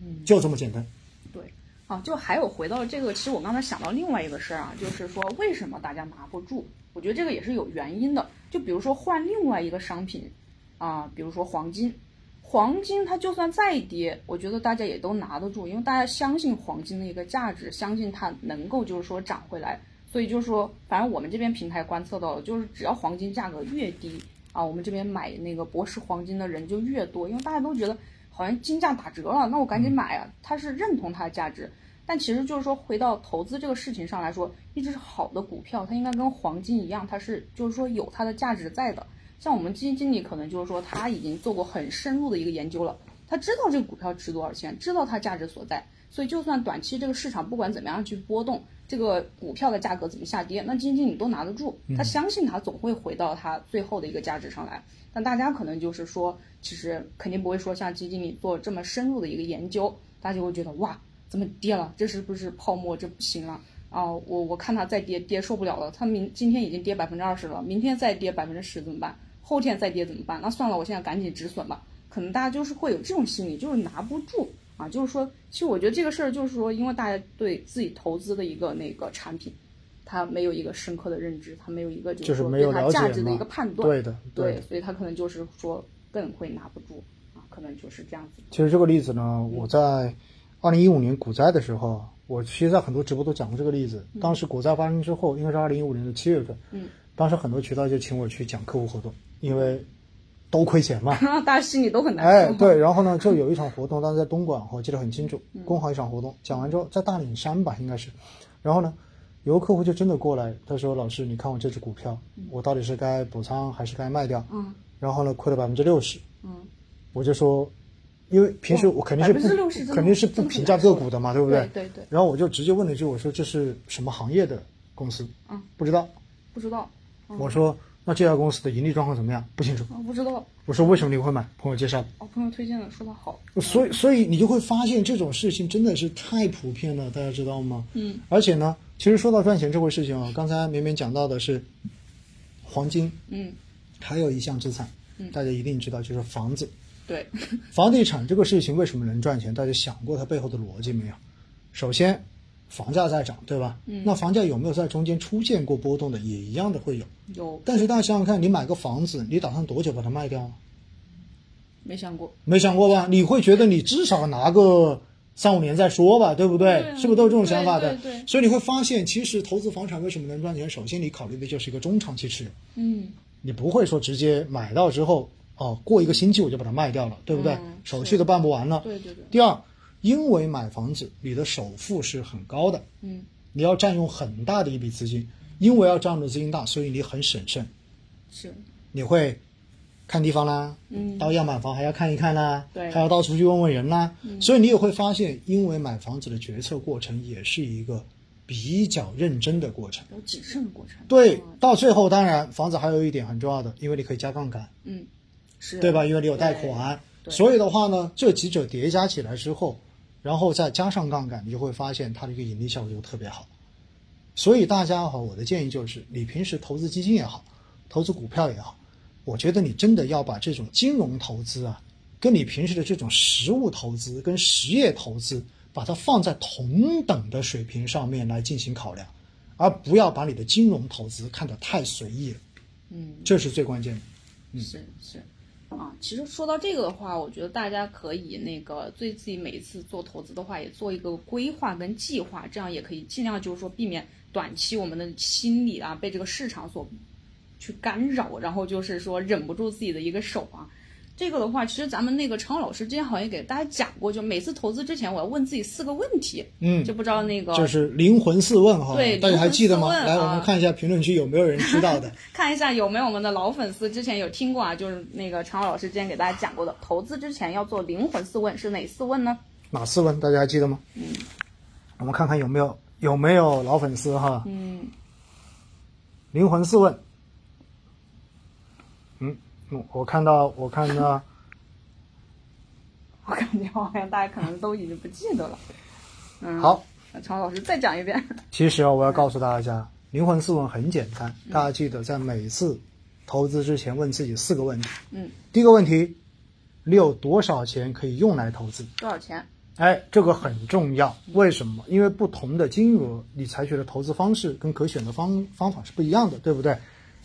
Speaker 1: 嗯
Speaker 2: 就这么简单。
Speaker 1: 对，啊，就还有回到这个，其实我刚才想到另外一个事儿啊，就是说为什么大家拿不住？我觉得这个也是有原因的。就比如说换另外一个商品，啊，比如说黄金，黄金它就算再跌，我觉得大家也都拿得住，因为大家相信黄金的一个价值，相信它能够就是说涨回来。所以就是说，反正我们这边平台观测到的，就是只要黄金价格越低啊，我们这边买那个博士黄金的人就越多，因为大家都觉得好像金价打折了，那我赶紧买啊，他是认同它的价值。但其实就是说，回到投资这个事情上来说，一只好的股票，它应该跟黄金一样，它是就是说有它的价值在的。像我们基金经理可能就是说他已经做过很深入的一个研究了，他知道这个股票值多少钱，知道它价值所在，所以就算短期这个市场不管怎么样去波动，这个股票的价格怎么下跌，那基金经理都拿得住，他相信它总会回到它最后的一个价值上来。但大家可能就是说，其实肯定不会说像基金经理做这么深入的一个研究，大家就会觉得哇，怎么跌了？这是不是泡沫？这不行了。哦，我我看它再跌跌受不了了，它明今天已经跌百分之二十了，明天再跌百分之十怎么办？后天再跌怎么办？那算了，我现在赶紧止损吧。可能大家就是会有这种心理，就是拿不住啊，就是说，其实我觉得这个事儿就是说，因为大家对自己投资的一个那个产品，他没有一个深刻的认知，他没有一个
Speaker 2: 就是是
Speaker 1: 说
Speaker 2: 没
Speaker 1: 对
Speaker 2: 有
Speaker 1: 它
Speaker 2: 了解
Speaker 1: 价值的
Speaker 2: 嘛
Speaker 1: 一个判断，
Speaker 2: 对的，
Speaker 1: 对
Speaker 2: 的。
Speaker 1: 所以他可能就是说更会拿不住啊，可能就是这样子。
Speaker 2: 其实这个例子呢，我在二零一五年股灾的时候，我其实在很多直播都讲过这个例子。当时股灾发生之后，应该是二零一五年的七月份，
Speaker 1: 嗯，
Speaker 2: 当时很多渠道就请我去讲客户活动，因为都亏钱嘛。
Speaker 1: (laughs) 大家心里都很难
Speaker 2: 哎
Speaker 1: 受。，
Speaker 2: 对，然后呢，就有一场活动，当时在东莞，我记得很清楚，
Speaker 1: 嗯
Speaker 2: 工行一场活动，讲完之后在大岭山吧，应该是，然后呢，有个客户就真的过来，他说：“老师，你看我这只股票，我到底是该补仓还是该卖掉？”
Speaker 1: 嗯
Speaker 2: 然后呢，亏了百分之六十，
Speaker 1: 嗯，
Speaker 2: 我就说，因为平
Speaker 1: 哦
Speaker 2: 时我肯定是不
Speaker 1: 60%真的
Speaker 2: 肯定是不
Speaker 1: 真的很
Speaker 2: 评价
Speaker 1: 难受
Speaker 2: 个股的嘛，对不
Speaker 1: 对对对，
Speaker 2: 然后我就直接问了一句，我说：“这是什么行业的公司？”
Speaker 1: 嗯，
Speaker 2: 不知道。
Speaker 1: 不知道，
Speaker 2: 我说：“那这家公司的盈利状况怎么样？不清楚。
Speaker 1: 啊，不知道。”
Speaker 2: 我说：“为什么你会买？朋友介绍的。”
Speaker 1: 哦，朋友推荐的，说的好。
Speaker 2: 所以，所以你就会发现这种事情真的是太普遍了，大家知道吗？
Speaker 1: 嗯。
Speaker 2: 而且呢，其实说到赚钱这回事情啊，刚才绵绵讲到的是黄金，
Speaker 1: 嗯，
Speaker 2: 还有一项资产，大家一定知道就是房子。
Speaker 1: 对， (laughs)
Speaker 2: 房地产这个事情为什么能赚钱？大家想过它背后的逻辑没有？首先，房价在涨，对吧？嗯。那房价有没有在中间出现过波动的？也一样的会有。
Speaker 1: 有
Speaker 2: 但是大家想想看，你买个房子，你打算多久把它卖掉啊？
Speaker 1: 没想过？
Speaker 2: 没想过吧？你会觉得你至少拿个三五年再说吧，对不对？
Speaker 1: 对啊
Speaker 2: 是不是都有这种想法
Speaker 1: 对
Speaker 2: 的？
Speaker 1: 对对
Speaker 2: 所以你会发现，其实投资房产为什么能赚钱？首先，你考虑的就是一个中长期持有，
Speaker 1: 嗯，
Speaker 2: 你不会说直接买到之后，哦，过一个星期我就把它卖掉了，对不对？
Speaker 1: 嗯
Speaker 2: 手续都办不完了。
Speaker 1: 对对对，
Speaker 2: 第二，因为买房子，你的首付是很高的，
Speaker 1: 嗯，
Speaker 2: 你要占用很大的一笔资金，因为要占用的资金大，所以你很审慎，
Speaker 1: 是，
Speaker 2: 你会看地方啦，
Speaker 1: 嗯，
Speaker 2: 到样板房还要看一看啦，
Speaker 1: 对嗯
Speaker 2: 还要到处去问问人啦，所以你也会发现，因为买房子的决策过程也是一个比较认真的过程。
Speaker 1: 有谨慎的过程。嗯
Speaker 2: 对，到最后当然房子还有一点很重要的，因为你可以加杠杆，
Speaker 1: 嗯，是，
Speaker 2: 对吧？因为你有贷
Speaker 1: 对
Speaker 2: 款，
Speaker 1: 对
Speaker 2: 所以的话呢，这几者叠加起来之后，然后再加上杠杆，你就会发现它的一个盈利效果就特别好。所以大家哈，我的建议就是，你平时投资基金也好，投资股票也好，我觉得你真的要把这种金融投资啊，跟你平时的这种实物投资跟实业投资，把它放在同等的水平上面来进行考量，而不要把你的金融投资看得太随意了，
Speaker 1: 嗯，
Speaker 2: 这是最关键的。嗯
Speaker 1: 是是。啊，其实说到这个的话，我觉得大家可以那个对自己每一次做投资的话，也做一个规划跟计划，这样也可以尽量就是说避免短期我们的心理啊被这个市场所去干扰，然后就是说忍不住自己的一个手啊。这个的话，其实咱们那个常老师之前好像也给大家讲过，就每次投资之前，我要问自己四个问题，
Speaker 2: 嗯
Speaker 1: 就不知道那个
Speaker 2: 就是灵魂四问哈，
Speaker 1: 对
Speaker 2: 大家还记得吗？
Speaker 1: 灵魂四
Speaker 2: 来，
Speaker 1: 问啊
Speaker 2: 我们看一下评论区有没有人知道
Speaker 1: (laughs)
Speaker 2: 的。
Speaker 1: 看一下有没有我们的老粉丝之前有听过啊，就是那个常老师之前给大家讲过的，投资之前要做灵魂四问是哪四问呢？
Speaker 2: 哪四问？大家还记得吗？嗯，我们看看有没有有没有老粉丝哈。
Speaker 1: 嗯，
Speaker 2: 灵魂四问。嗯，我我看到我看
Speaker 1: (laughs)
Speaker 2: 到
Speaker 1: 我感觉好像大家可能都已经不记得了。嗯，，
Speaker 2: 好，
Speaker 1: 常老师再讲一遍。
Speaker 2: 其实啊，我要告诉大家，灵魂四问很简单，
Speaker 1: 嗯
Speaker 2: 大家记得在每次投资之前问自己四个问题。
Speaker 1: 嗯，
Speaker 2: 第一个问题，你有多少钱可以用来投资？
Speaker 1: 多少钱？
Speaker 2: 哎，这个很重要。为什么？因为不同的金额，你采取的投资方式跟可选的方方法是不一样的，对不对？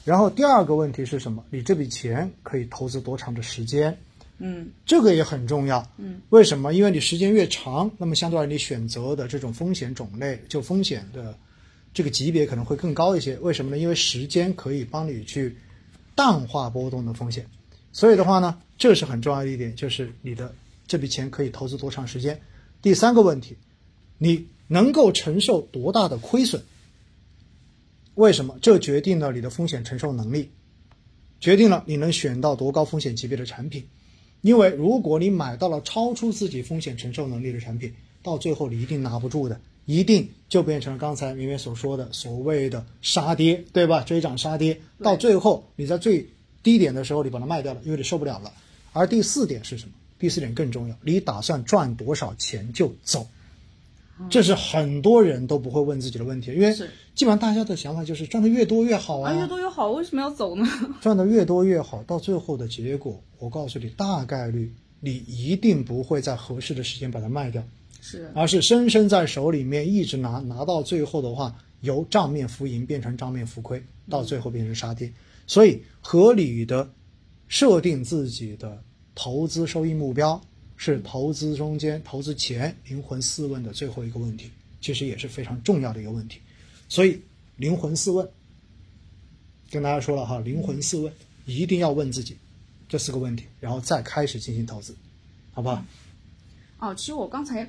Speaker 2: 然后第二个问题是什么？你这笔钱可以投资多长的时间？
Speaker 1: 嗯
Speaker 2: 这个也很重要。
Speaker 1: 嗯，
Speaker 2: 为什么？因为你时间越长，那么相对而言，你选择的这种风险种类，就风险的这个级别可能会更高一些。为什么呢？因为时间可以帮你去淡化波动的风险。所以的话呢，这是很重要的一点，就是你的这笔钱可以投资多长时间。第三个问题，你能够承受多大的亏损？为什么？这决定了你的风险承受能力，决定了你能选到多高风险级别的产品。因为如果你买到了超出自己风险承受能力的产品，到最后你一定拿不住的，一定就变成了刚才明明所说的所谓的杀跌，对吧？追涨杀跌，到最后你在最低点的时候你把它卖掉了，因为你受不了了。而第四点是什么？第四点更重要，你打算赚多少钱就走。这是很多人都不会问自己的问题，因为
Speaker 1: 嗯是
Speaker 2: 基本上大家的想法就是赚的越多越好
Speaker 1: 啊，越多越好，为什么要走呢？
Speaker 2: 赚的越多越好，到最后的结果，我告诉你，大概率你一定不会在合适的时间把它卖掉，
Speaker 1: 是
Speaker 2: 而是深深在手里面一直拿，拿到最后的话，由账面浮盈变成账面浮亏，到最后变成杀跌。所以，合理的设定自己的投资收益目标，是投资中间投资前灵魂四问的最后一个问题，其实也是非常重要的一个问题。所以，灵魂四问，跟大家说了哈，灵魂四问一定要问自己这四个问题，然后再开始进行投资，好不好？
Speaker 1: 哦，其实我刚才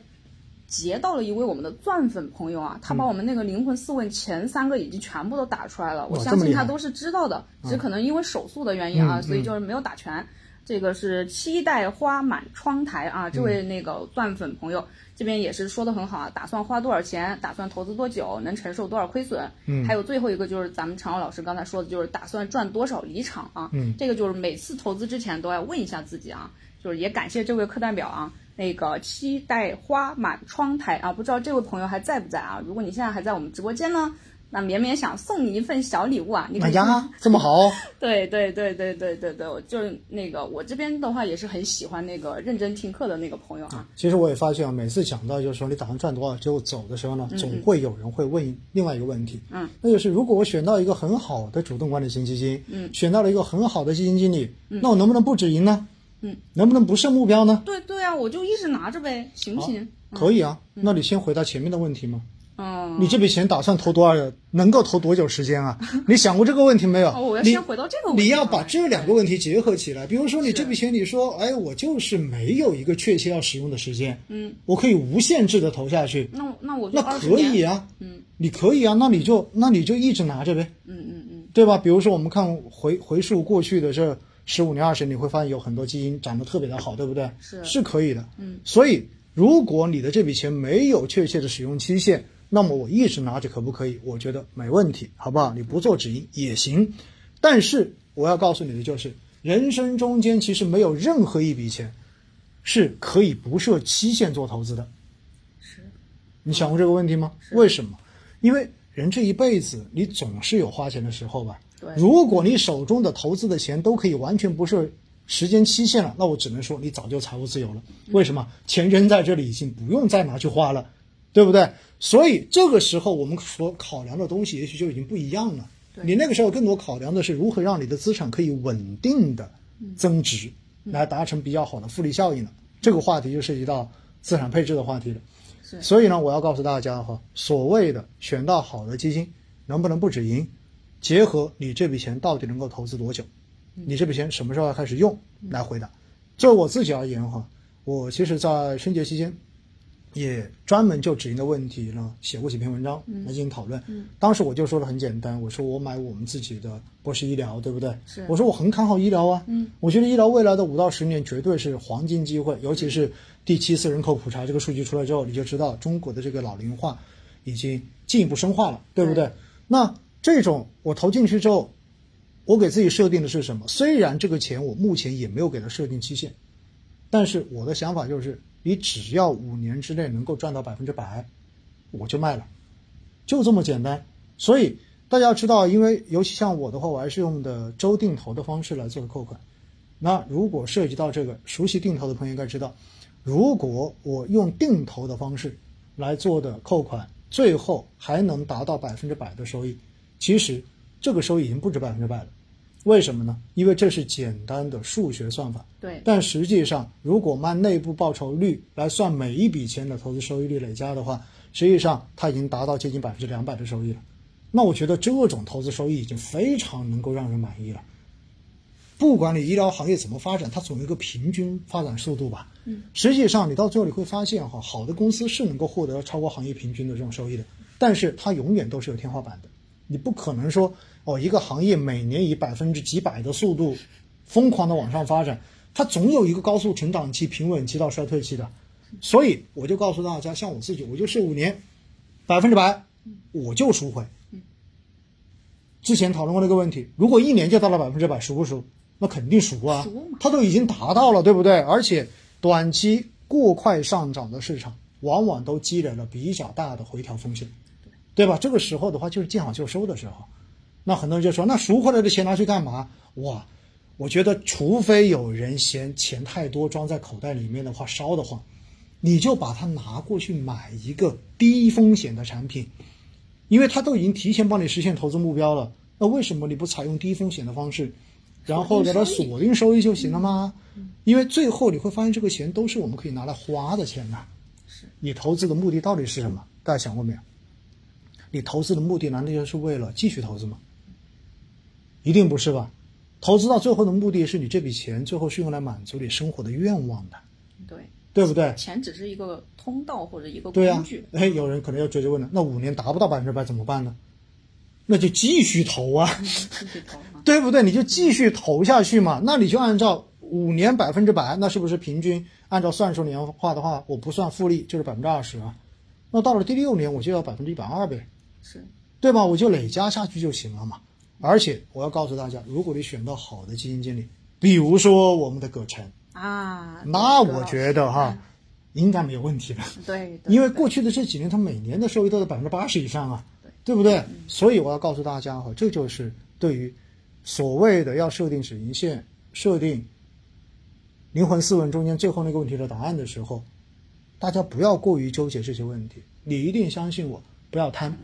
Speaker 1: 截到了一位我们的钻粉朋友啊，
Speaker 2: 嗯
Speaker 1: 他把我们那个灵魂四问前三个已经全部都打出来了，我
Speaker 2: 哇
Speaker 1: 相
Speaker 2: 这么
Speaker 1: 信
Speaker 2: 厉
Speaker 1: 他
Speaker 2: 害
Speaker 1: 都是知道的，只是可能因为手速的原因啊，
Speaker 2: 嗯
Speaker 1: 所以就是没有打全。这个是期待花满窗台啊，这
Speaker 2: 嗯
Speaker 1: 位那个钻粉朋友、这边也是说的很好啊，打算花多少钱，打算投资多久，能承受多少亏损，
Speaker 2: 嗯
Speaker 1: 还有最后一个就是咱们常浩老师刚才说的，就是打算赚多少离场啊，
Speaker 2: 嗯
Speaker 1: 这个就是每次投资之前都要问一下自己啊，就是也感谢这位课代表啊，那个期待花满窗台啊，不知道这位朋友还在不在啊？如果你现在还在我们直播间呢，那绵绵想送你一份小礼物啊，你可
Speaker 2: 哎
Speaker 1: 以
Speaker 2: 呀，这么好，
Speaker 1: (laughs) 对对对对对对对，我就是那个我这边的话也是很喜欢那个认真听课的那个朋友啊，
Speaker 2: 其实我也发现啊，每次讲到就是说你打算赚多少，结果走的时候呢，总会有人会问另外一个问题，
Speaker 1: 嗯，
Speaker 2: 那就是如果我选到一个很好的主动管理型基金，嗯，选到了一个很好的基金经理，那我能不能不止盈呢？
Speaker 1: 嗯，
Speaker 2: 能不能不设目标呢？
Speaker 1: 对对啊，我就一直拿着呗，行不行？
Speaker 2: 可以啊，那你先回答前面的问题吗？
Speaker 1: 嗯，
Speaker 2: 你这笔钱打算投多少？能够投多久时
Speaker 1: (laughs)
Speaker 2: 间啊？你想过这个问题没有？
Speaker 1: 哦，我要
Speaker 2: 你
Speaker 1: 先回到这个问啊题
Speaker 2: 你
Speaker 1: 上
Speaker 2: 要
Speaker 1: 来，
Speaker 2: 把这两个问题结合起来，比如说你这笔钱，你说，哎，我就是没有一个确切要使用的时间，
Speaker 1: 嗯，
Speaker 2: 我可以无限制的投下去，
Speaker 1: 那我那我就
Speaker 2: 那
Speaker 1: 20
Speaker 2: 可以
Speaker 1: 年，
Speaker 2: 啊，
Speaker 1: 嗯
Speaker 2: 你可以啊，那你就那你就一直拿着呗，
Speaker 1: 嗯嗯嗯，
Speaker 2: 对吧？比如说我们看回回溯过去的这十五年、二十年，你会发现有很多基因长得特别的好，对不对？
Speaker 1: 是
Speaker 2: 是可以的，
Speaker 1: 嗯。
Speaker 2: 所以如果你的这笔钱没有确切的使用期限，那么我一直拿着可不可以？我觉得没问题，好不好？你不做止盈也行，但是我要告诉你的就是，人生中间其实没有任何一笔钱是可以不设期限做投资的。
Speaker 1: 是，
Speaker 2: 你想过这个问题吗？为什么？因为人这一辈子，你总是有花钱的时候吧。
Speaker 1: 对
Speaker 2: 如果你手中的投资的钱都可以完全不设时间期限了，那我只能说你早就财务自由了。
Speaker 1: 嗯
Speaker 2: 为什么？钱扔在这里已经不用再拿去花了，对不对？所以这个时候我们所考量的东西也许就已经不一样了。
Speaker 1: 对
Speaker 2: 你那个时候更多考量的是如何让你的资产可以稳定的增值，
Speaker 1: 嗯
Speaker 2: 来达成比较好的复利效应了。这个话题就涉及到资产配置的话题了。
Speaker 1: 是
Speaker 2: 所以呢，我要告诉大家哈，所谓的选到好的基金，能不能不止盈，结合你这笔钱到底能够投资多久，
Speaker 1: 嗯
Speaker 2: 你这笔钱什么时候要开始用来回答。就我自己而言哈，我其实，在春节期间也专门就止盈的问题呢写过几篇文章
Speaker 1: 嗯
Speaker 2: 来进行讨论。当时我就说的很简单，我说我买我们自己的博士医疗，对不对？
Speaker 1: 是
Speaker 2: 我说我很看好医疗啊，嗯，我觉得医疗未来的五到十年绝对是黄金机会，尤其是第七次人口普查这个数据出来之后，你就知道中国的这个老龄化已经进一步深化了，对不对？那这种我投进去之后，我给自己设定的是什么？虽然这个钱我目前也没有给它设定期限，但是我的想法就是，你只要五年之内能够赚到百分之百，我就卖了，就这么简单。所以大家要知道，因为尤其像我的话，我还是用的周定投的方式来做的扣款。那如果涉及到这个，熟悉定投的朋友应该知道，如果我用定投的方式来做的扣款，最后还能达到百分之百的收益，其实这个收益已经不止百分之百了。为什么呢？因为这是简单的数学算法，
Speaker 1: 对，
Speaker 2: 但实际上，如果我们按内部报酬率来算每一笔钱的投资收益率累加的话，实际上它已经达到接近百分之两百的收益了。那我觉得这种投资收益已经非常能够让人满意了。不管你医疗行业怎么发展，它总有一个平均发展速度吧。嗯，实际上你到最后你会发现哈，好的公司是能够获得超过行业平均的这种收益的，但是它永远都是有天花板的。你不可能说哦，一个行业每年以百分之几百的速度疯狂的往上发展，它总有一个高速成长期、平稳期到衰退期的。所以我就告诉大家，像我自己，我就是五年百分之百，我就赎回。之前讨论过这个问题，如果一年就到了百分之百，赎不赎？那肯定赎啊
Speaker 1: 赎嘛，
Speaker 2: 它都已经达到了，对不对？而且短期过快上涨的市场，往往都积累了比较大的回调风险，对吧？这个时候的话，就是见好就收的时候。那很多人就说，那赎回来的钱拿去干嘛？哇，我觉得除非有人嫌钱太多装在口袋里面的话烧得慌，你就把它拿过去买一个低风险的产品，因为它都已经提前帮你实现投资目标了。那为什么你不采用低风险的方式，然后给它锁定收益就行了吗？嗯因为最后你会发现，这个钱都是我们可以拿来花的钱呐、
Speaker 1: 是
Speaker 2: 你投资的目的到底是什么？大家想过没有？你投资的目的难道就是为了继续投资吗？一定不是吧？投资到最后的目的是你这笔钱最后是用来满足你生活的愿望的，
Speaker 1: 对，
Speaker 2: 对不对？
Speaker 1: 钱只是一个通道或者一个
Speaker 2: 对呀、
Speaker 1: 工具。
Speaker 2: (laughs) 哎，有人可能要追着问了，那五年达不到百分之百怎么办呢？那就继续投啊， (laughs)
Speaker 1: 继续投啊，
Speaker 2: 对不对？你就继续投下去嘛。那你就按照五年百分之百，那是不是平均按照算术年化的话，我不算复利就是百分之二十啊？那到了第六年，我就要百分之一百二呗。
Speaker 1: 是
Speaker 2: 对吧？我就累加下去就行了嘛。而且我要告诉大家，如果你选到好的基金经理，比如说我们的葛晨，
Speaker 1: 啊，
Speaker 2: 那
Speaker 1: 对
Speaker 2: 我觉
Speaker 1: (laughs)
Speaker 2: 得哈，应该没有问题的，
Speaker 1: 对，对
Speaker 2: 因为过去的这几年，他每年的收益都在百分之八十以上啊，对不对？所以我要告诉大家哈，这就是对于所谓的要设定止盈线、设定灵魂四问中间最后那个问题的答案的时候，大家不要过于纠结这些问题。你一定相信我，不要贪。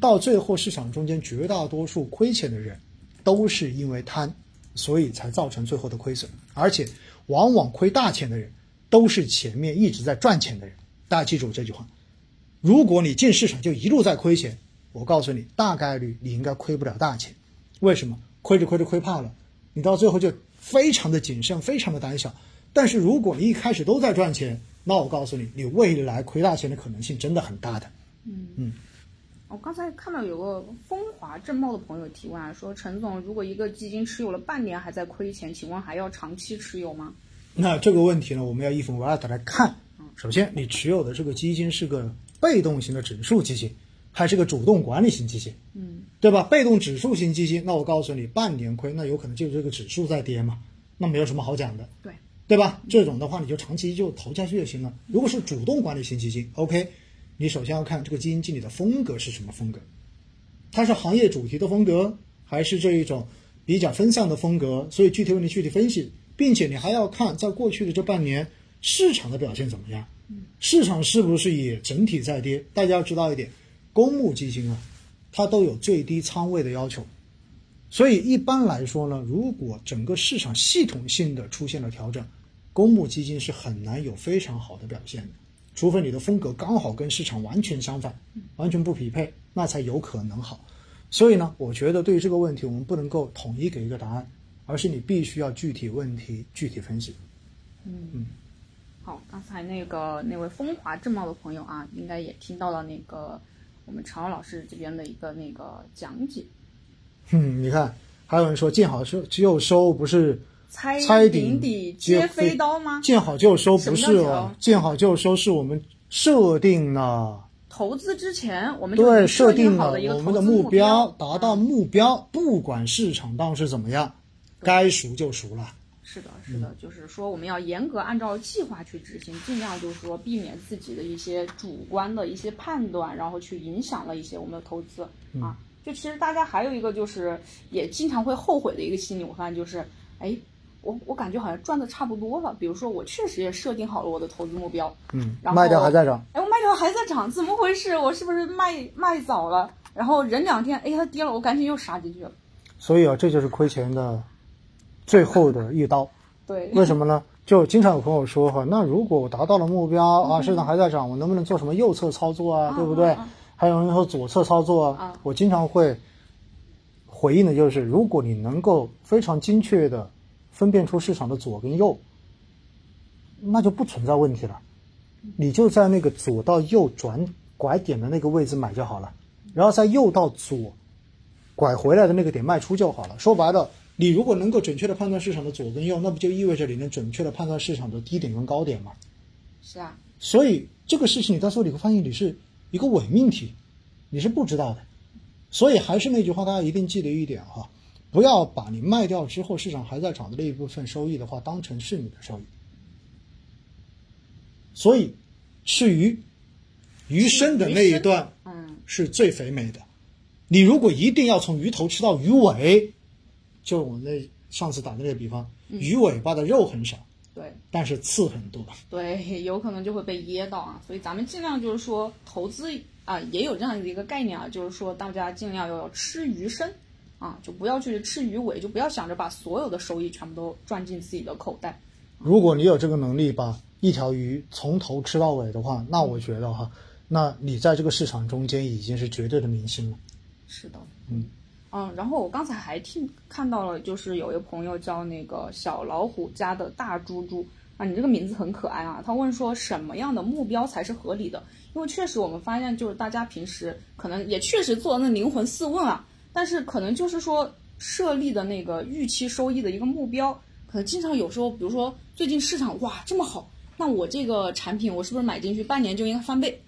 Speaker 2: 到最后，市场中间绝大多数亏钱的人，都是因为贪，所以才造成最后的亏损。而且，往往亏大钱的人，都是前面一直在赚钱的人。大家记住这句话：如果你进市场就一路在亏钱，我告诉你，大概率你应该亏不了大钱。为什么？亏着亏着亏怕了，你到最后就非常的谨慎，非常的胆小。但是如果你一开始都在赚钱，那我告诉你，你未来亏大钱的可能性真的很大的。
Speaker 1: 我刚才看到有个风华正茂的朋友提问啊，说陈总，如果一个基金持有了半年还在亏钱，请问还要长期持有吗？
Speaker 2: 那这个问题呢，我们要一分为二的来看。首先，你持有的这个基金是个被动型的指数基金，还是个主动管理型基金？
Speaker 1: 嗯，
Speaker 2: 对吧？被动指数型基金，那我告诉你，半年亏，那有可能就是这个指数在跌嘛，那没有什么好讲的。
Speaker 1: 对，
Speaker 2: 对吧？这种的话，你就长期就投下去就行了。如果是主动管理型基金，OK，你首先要看这个基金经理的风格是什么风格，它是行业主题的风格，还是这一种比较分散的风格？所以具体问题具体分析，并且你还要看在过去的这半年市场的表现怎么样，市场是不是也整体在跌？大家要知道一点，公募基金啊，它都有最低仓位的要求。所以一般来说呢，如果整个市场系统性的出现了调整，公募基金是很难有非常好的表现的，除非你的风格刚好跟市场完全相反，完全不匹配，那才有可能好。所以呢，我觉得对于这个问题，我们不能够统一给一个答案，而是你必须要具体问题具体分析。
Speaker 1: 好，刚才那个那位风华正茂的朋友啊，应该也听到了那个我们常老师这边的一个那个讲解，
Speaker 2: 嗯，你看，还有人说见好收就收，不是
Speaker 1: 猜
Speaker 2: 猜
Speaker 1: 顶
Speaker 2: 顶
Speaker 1: 哎底
Speaker 2: 接
Speaker 1: 接飞刀吗？
Speaker 2: 见好就收，
Speaker 1: 什么
Speaker 2: 不是
Speaker 1: 叫
Speaker 2: 哦，见好就收是我们设定了。
Speaker 1: 投资之前我们就
Speaker 2: 对，
Speaker 1: 设
Speaker 2: 设定
Speaker 1: 好
Speaker 2: 了
Speaker 1: 了一个
Speaker 2: 我
Speaker 1: 投
Speaker 2: 们
Speaker 1: 资
Speaker 2: 的目
Speaker 1: 标，啊嗯
Speaker 2: 标，达到目标，不管市场当时怎么样，该赎就赎了。
Speaker 1: 是的，是
Speaker 2: 嗯
Speaker 1: 的，就是说我们要严格按照计划去执行，尽量就是说避免自己的一些主观的一些判断，然后去影响了一些我们的投资
Speaker 2: 嗯
Speaker 1: 啊。就其实大家还有一个就是也经常会后悔的一个心理，我发现就是，哎，我我感觉好像赚的差不多了。比如说我确实也设定好了我的投资目标，
Speaker 2: 嗯
Speaker 1: 然后
Speaker 2: 卖掉还在涨，
Speaker 1: 哎，我卖掉还在涨，怎么回事？我是不是卖卖早了？然后忍两天，哎，它跌了，我赶紧又杀进去了。
Speaker 2: 所以啊，这就是亏钱的最后的一刀。
Speaker 1: 对，
Speaker 2: 为什么呢？就经常有朋友说哈，那如果我达到了目标啊，市场还在涨，我能不能做什么右侧操作啊？对不对？还有人说左侧操作啊，
Speaker 1: 啊
Speaker 2: 我经常会回应的就是，如果你能够非常精确的分辨出市场的左跟右，那就不存在问题了。你就在那个左到右转拐点的那个位置买就好了，然后在右到左拐回来的那个点卖出就好了。说白了，你如果能够准确的判断市场的左跟右，那不就意味着你能准确的判断市场的低点跟高点吗？
Speaker 1: 是啊，
Speaker 2: 所以这个事情你到时候你会发现你是一个伪命题，你是不知道的。所以还是那句话，大家一定记得一点哈，不要把你卖掉之后市场还在涨的那一部分收益的话当成是你的收益。所以，是鱼鱼身的那一段
Speaker 1: 嗯，
Speaker 2: 是最肥美的。你如果一定要从鱼头吃到鱼尾，就是我那上次打的那个比方，鱼尾巴的肉很少，
Speaker 1: 对
Speaker 2: 但是刺很多。
Speaker 1: 对，有可能就会被噎到啊。所以咱们尽量就是说投资啊、也有这样的一个概念啊，就是说大家尽量要吃鱼身啊，就不要去吃鱼尾，就不要想着把所有的收益全部都赚进自己的口袋。
Speaker 2: 如果你有这个能力把一条鱼从头吃到尾的话，那我觉得哈，那你在这个市场中间已经是绝对的明星了。
Speaker 1: 是的，嗯嗯，然后我刚才还听看到了，就是有一个朋友叫那个小老虎家的大猪猪啊，你这个名字很可爱啊。他问说什么样的目标才是合理的？因为确实我们发现，就是大家平时可能也确实做那灵魂四问啊，但是可能就是说设立的那个预期收益的一个目标，可能经常有时候，比如说最近市场哇这么好，那我这个产品我是不是买进去半年就应该翻倍？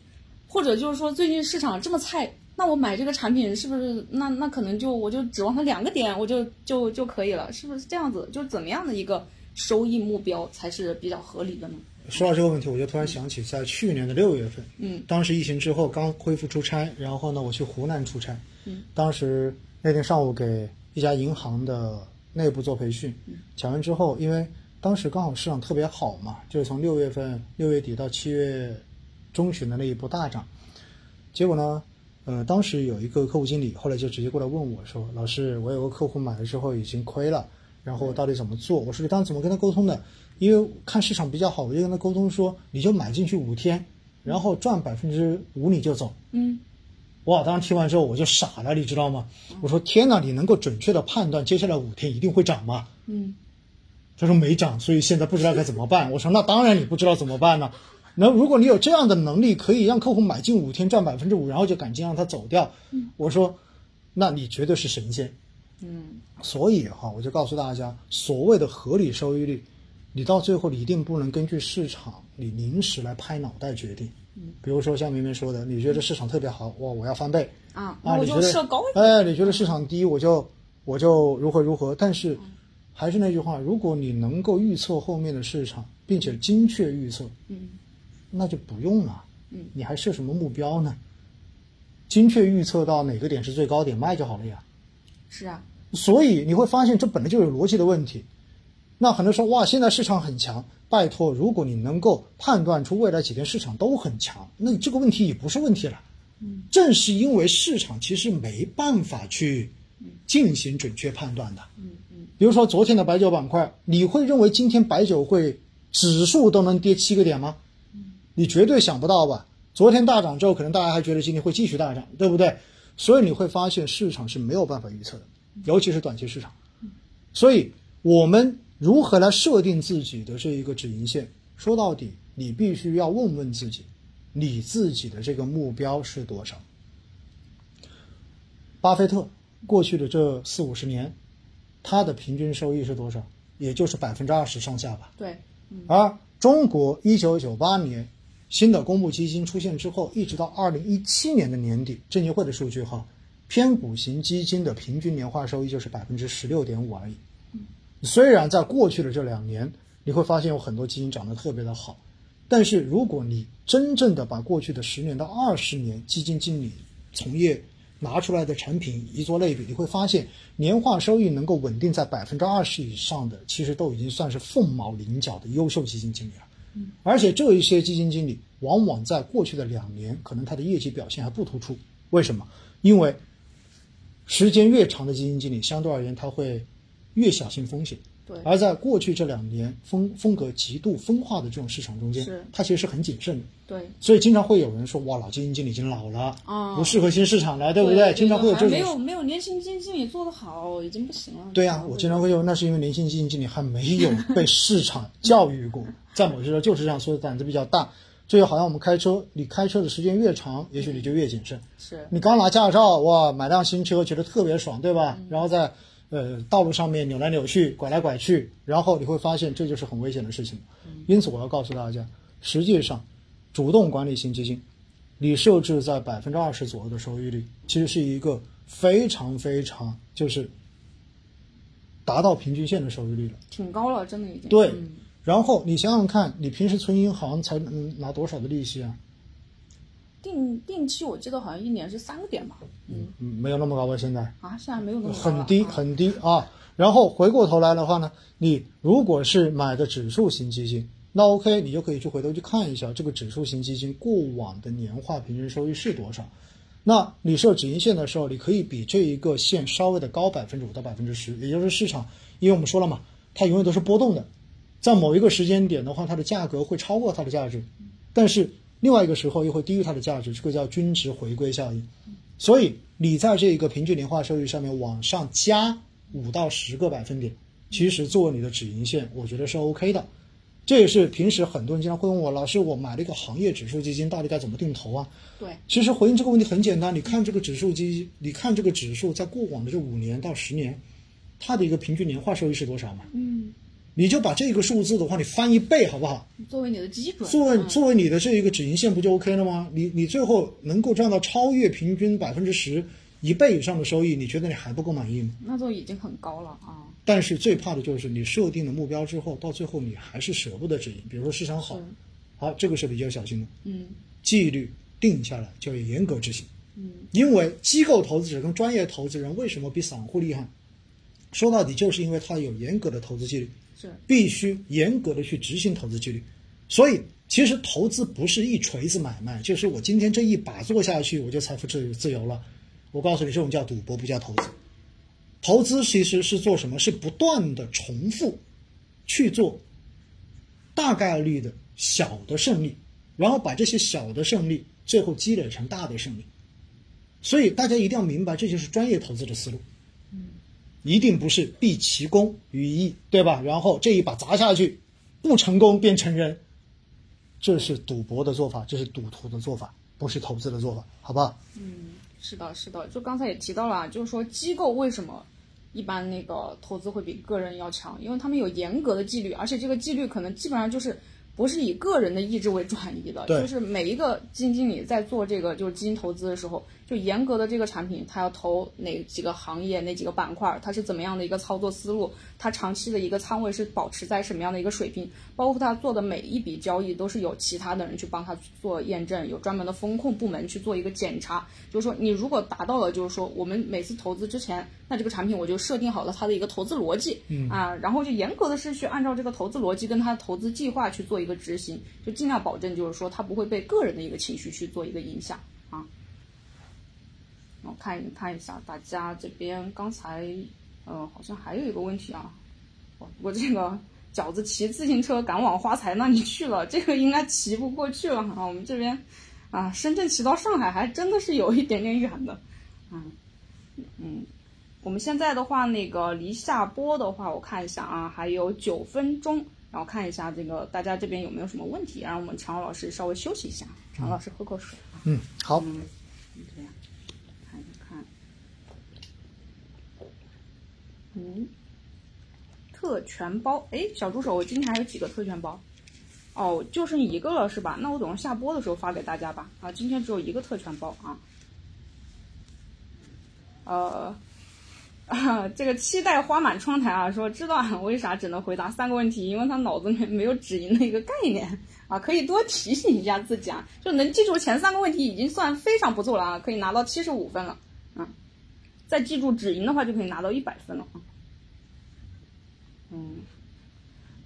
Speaker 1: 或者就是说最近市场这么菜，那我买这个产品是不是那那可能就我就指望它两个点我就就就可以了，是不是这样子？就怎么样的一个收益目标才是比较合理的呢？
Speaker 2: 说到这个问题，我就突然想起，在去年的六月份，
Speaker 1: 嗯，
Speaker 2: 当时疫情之后刚恢复出差，然后呢，我去湖南出差，
Speaker 1: 嗯，
Speaker 2: 当时那天上午给一家银行的内部做培训，讲完之后，因为当时刚好市场特别好嘛，就是从六月份六月底到七月中旬的那一波大涨，结果呢，呃，当时有一个客户经理，后来就直接过来问我说：“老师，我有个客户买了之后已经亏了，然后到底怎么做？”我说：“你当时怎么跟他沟通的？因为看市场比较好，我就跟他沟通说，你就买进去五天，然后赚百分之五你就走。”
Speaker 1: 嗯
Speaker 2: 哇！当时听完之后我就傻了，你知道吗？我说：“天哪，你能够准确的判断接下来五天一定会涨吗？”
Speaker 1: 嗯，
Speaker 2: 他说没涨，所以现在不知道该怎么办。我说那当然你不知道怎么办呢。那如果你有这样的能力，可以让客户买进五天赚百分之五，然后就赶紧让他走掉，我说，那你绝对是神仙。
Speaker 1: 嗯，
Speaker 2: 所以哈，我就告诉大家，所谓的合理收益率，你到最后你一定不能根据市场你临时来拍脑袋决定。比如说像明明说的，你觉得市场特别好，哇，我要翻倍，
Speaker 1: 啊，那
Speaker 2: 啊，
Speaker 1: 我
Speaker 2: 你觉
Speaker 1: 就
Speaker 2: 得
Speaker 1: 设高一点。
Speaker 2: 哎，你觉得市场低，我就我就如何如何。但
Speaker 1: 嗯
Speaker 2: 是还是那句话，如果你能够预测后面的市场，并且精确预测，
Speaker 1: 嗯
Speaker 2: 那就不用了。
Speaker 1: 嗯，
Speaker 2: 你还设什么目标呢？精确预测到哪个点是最高点卖就好了呀。
Speaker 1: 是啊，
Speaker 2: 所以你会发现，这本来就有逻辑的问题。那很多人说，哇，现在市场很强，拜托，如果你能够判断出未来几天市场都很强，那你这个问题也不是问题了。
Speaker 1: 嗯，
Speaker 2: 正是因为市场其实没办法去进行准确判断的。
Speaker 1: 嗯嗯
Speaker 2: 比如说昨天的白酒板块，你会认为今天白酒会指数都能跌七个点吗？
Speaker 1: 嗯
Speaker 2: 你绝对想不到吧？昨天大涨之后，可能大家还觉得今天会继续大涨，对不对？所以你会发现市场是没有办法预测的，尤其是短期市场。所以我们如何来设定自己的这一个止盈线？说到底，你必须要问问自己，你自己的这个目标是多少？巴菲特过去的这四五十年，他的平均收益是多少？也就是百分之二十上下吧。
Speaker 1: 对，嗯
Speaker 2: 而啊中国一九九八年新的公募基金出现之后，一直到二零一七年的年底，证监会的数据哈，偏股型基金的平均年化收益就是百分之十六点五而已。虽然在过去的这两年，你会发现有很多基金涨得特别的好，但是如果你真正的把过去的十年到二十年基金经理从业拿出来的产品一做类比，你会发现年化收益能够稳定在百分之二十以上的，其实都已经算是凤毛麟角的优秀基金经理了。而且这一些基金经理往往在过去的两年，可能他的业绩表现还不突出。为什么？因为时间越长的基金经理，相对而言他会越小心风险。
Speaker 1: 对
Speaker 2: 而在过去这两年风风格极度分化的这种市场中间
Speaker 1: 是，
Speaker 2: 他其实是很谨慎的。
Speaker 1: 对，
Speaker 2: 所以经常会有人说，哇，老基金经理已经老了，
Speaker 1: 哦
Speaker 2: 不适合新市场了，对不
Speaker 1: 对？
Speaker 2: 经常会有这
Speaker 1: 没
Speaker 2: 种
Speaker 1: 有没有年轻经理做得好，已经不行了。
Speaker 2: 对呀、我经常会说，那是因为年轻基金经理还没
Speaker 1: (laughs)
Speaker 2: 有被市场教育过，在某些时候就是这样，所以胆子比较大。这就好像我们开车，你开车的时间越长，也许你就越谨慎。
Speaker 1: 是
Speaker 2: 你刚拿驾照，哇，买辆新车觉得特别爽，对吧？然后在呃道路上面扭来扭去、拐来拐去，然后你会发现这就是很危险的事情。因此，我要告诉大家，实际上，主动管理型基金，你设置在百分之二十左右的收益率，其实是一个非常非常就是达到平均线的收益率了。
Speaker 1: 挺高了，真的已经。
Speaker 2: 对
Speaker 1: 嗯，
Speaker 2: 然后你想想看，你平时存银行才能拿多少的利息啊？
Speaker 1: 定定期我记得好像一年是三个点吧？嗯，
Speaker 2: 嗯，没有那么高吧？现在
Speaker 1: 啊，现在没有那么高
Speaker 2: 很
Speaker 1: 了
Speaker 2: 低
Speaker 1: 啊
Speaker 2: 很低啊。然后回过头来的话呢，你如果是买的指数型基金，那 OK，你就可以去回头去看一下这个指数型基金过往的年化平均收益是多少。那你设止盈线的时候，你可以比这一个线稍微的高百分之五到百分之十，也就是市场，因为我们说了嘛，它永远都是波动的，在某一个时间点的话，它的价格会超过它的价值，但是另外一个时候又会低于它的价值，这个叫均值回归效应。所以你在这个平均年化收益上面往上加五到十个百分点，其实作为你的止盈线，我觉得是 OK 的。这也是平时很多人经常会问我，老师，我买了一个行业指数基金，到底该怎么定投啊？
Speaker 1: 对，
Speaker 2: 其实回应这个问题很简单，你看这个指数基，你看这个指数在过往的这五年到十年，它的一个平均年化收益是多少嘛？
Speaker 1: 嗯，
Speaker 2: 你就把这个数字的话，你翻一倍好不好？
Speaker 1: 作为你的基准，
Speaker 2: 作为
Speaker 1: 嗯
Speaker 2: 作为你的这一个止盈线不就 OK 了吗？你你最后能够赚到超越平均百分之十一倍以上的收益，你觉得你还不够满意吗？
Speaker 1: 那就已经很高了啊。
Speaker 2: 但是最怕的就是你设定了目标之后，到最后你还是舍不得止盈。比如说市场好
Speaker 1: 是，
Speaker 2: 好，这个是比较小心的，
Speaker 1: 嗯
Speaker 2: 纪律定下来就要严格执行。
Speaker 1: 嗯，
Speaker 2: 因为机构投资者跟专业投资人为什么比散户厉害？说到底就是因为他有严格的投资纪律。
Speaker 1: 是
Speaker 2: 必须严格的去执行投资纪律。所以，其实投资不是一锤子买卖，就是我今天这一把做下去，我就财富自由自由了。我告诉你，这种叫赌博，不叫投资。投资其实是做什么？是不断的重复去做大概率的小的胜利，然后把这些小的胜利最后积累成大的胜利。所以大家一定要明白，这就是专业投资者思路。一定不是毕其功于一役，对吧？然后这一把砸下去，不成功便成仁，这是赌博的做法，这是赌徒的做法，不是投资的做法，好不好？
Speaker 1: 嗯是的，是的，就刚才也提到了啊，就是说机构为什么一般那个投资会比个人要强，因为他们有严格的纪律，而且这个纪律可能基本上就是不是以个人的意志为转移的，
Speaker 2: 对
Speaker 1: 就是每一个基金经理在做这个就是基金投资的时候，就严格的这个产品，他要投哪几个行业、哪几个板块，他是怎么样的一个操作思路，他长期的一个仓位是保持在什么样的一个水平，包括他做的每一笔交易都是有其他的人去帮他去做验证，有专门的风控部门去做一个检查。就是说，你如果达到了，就是说我们每次投资之前，那这个产品我就设定好了它的一个投资逻辑，嗯啊，然后就严格的是去按照这个投资逻辑跟它的投资计划去做一个执行，就尽量保证就是说它不会被个人的一个情绪去做一个影响啊。我看一看一下大家这边刚才，呃，好像还有一个问题啊，我我这个饺子骑自行车赶往花财那里去了，这个应该骑不过去了啊。我们这边啊，深圳骑到上海还真的是有一点点远的，啊，嗯，我们现在的话，那个离下播的话，我看一下啊，还有九分钟，然后看一下这个大家这边有没有什么问题，让我们常老师稍微休息一下，常老师喝口水。
Speaker 2: 嗯，好，
Speaker 1: 这样看一看。嗯，特权包，哎，小助手，我今天还有几个特权包？哦，就剩一个了是吧？那我等下播的时候发给大家吧。啊，今天只有一个特权包啊。呃，啊， (laughs) 这个期待花满窗台啊，说知道俺为啥只能回答三个问题，因为他脑子里面没有止盈的一个概念啊，可以多提醒一下自己啊，就能记住前三个问题已经算非常不错了啊，可以拿到七十五分了，嗯，再记住止盈的话就可以拿到一百分了啊，嗯。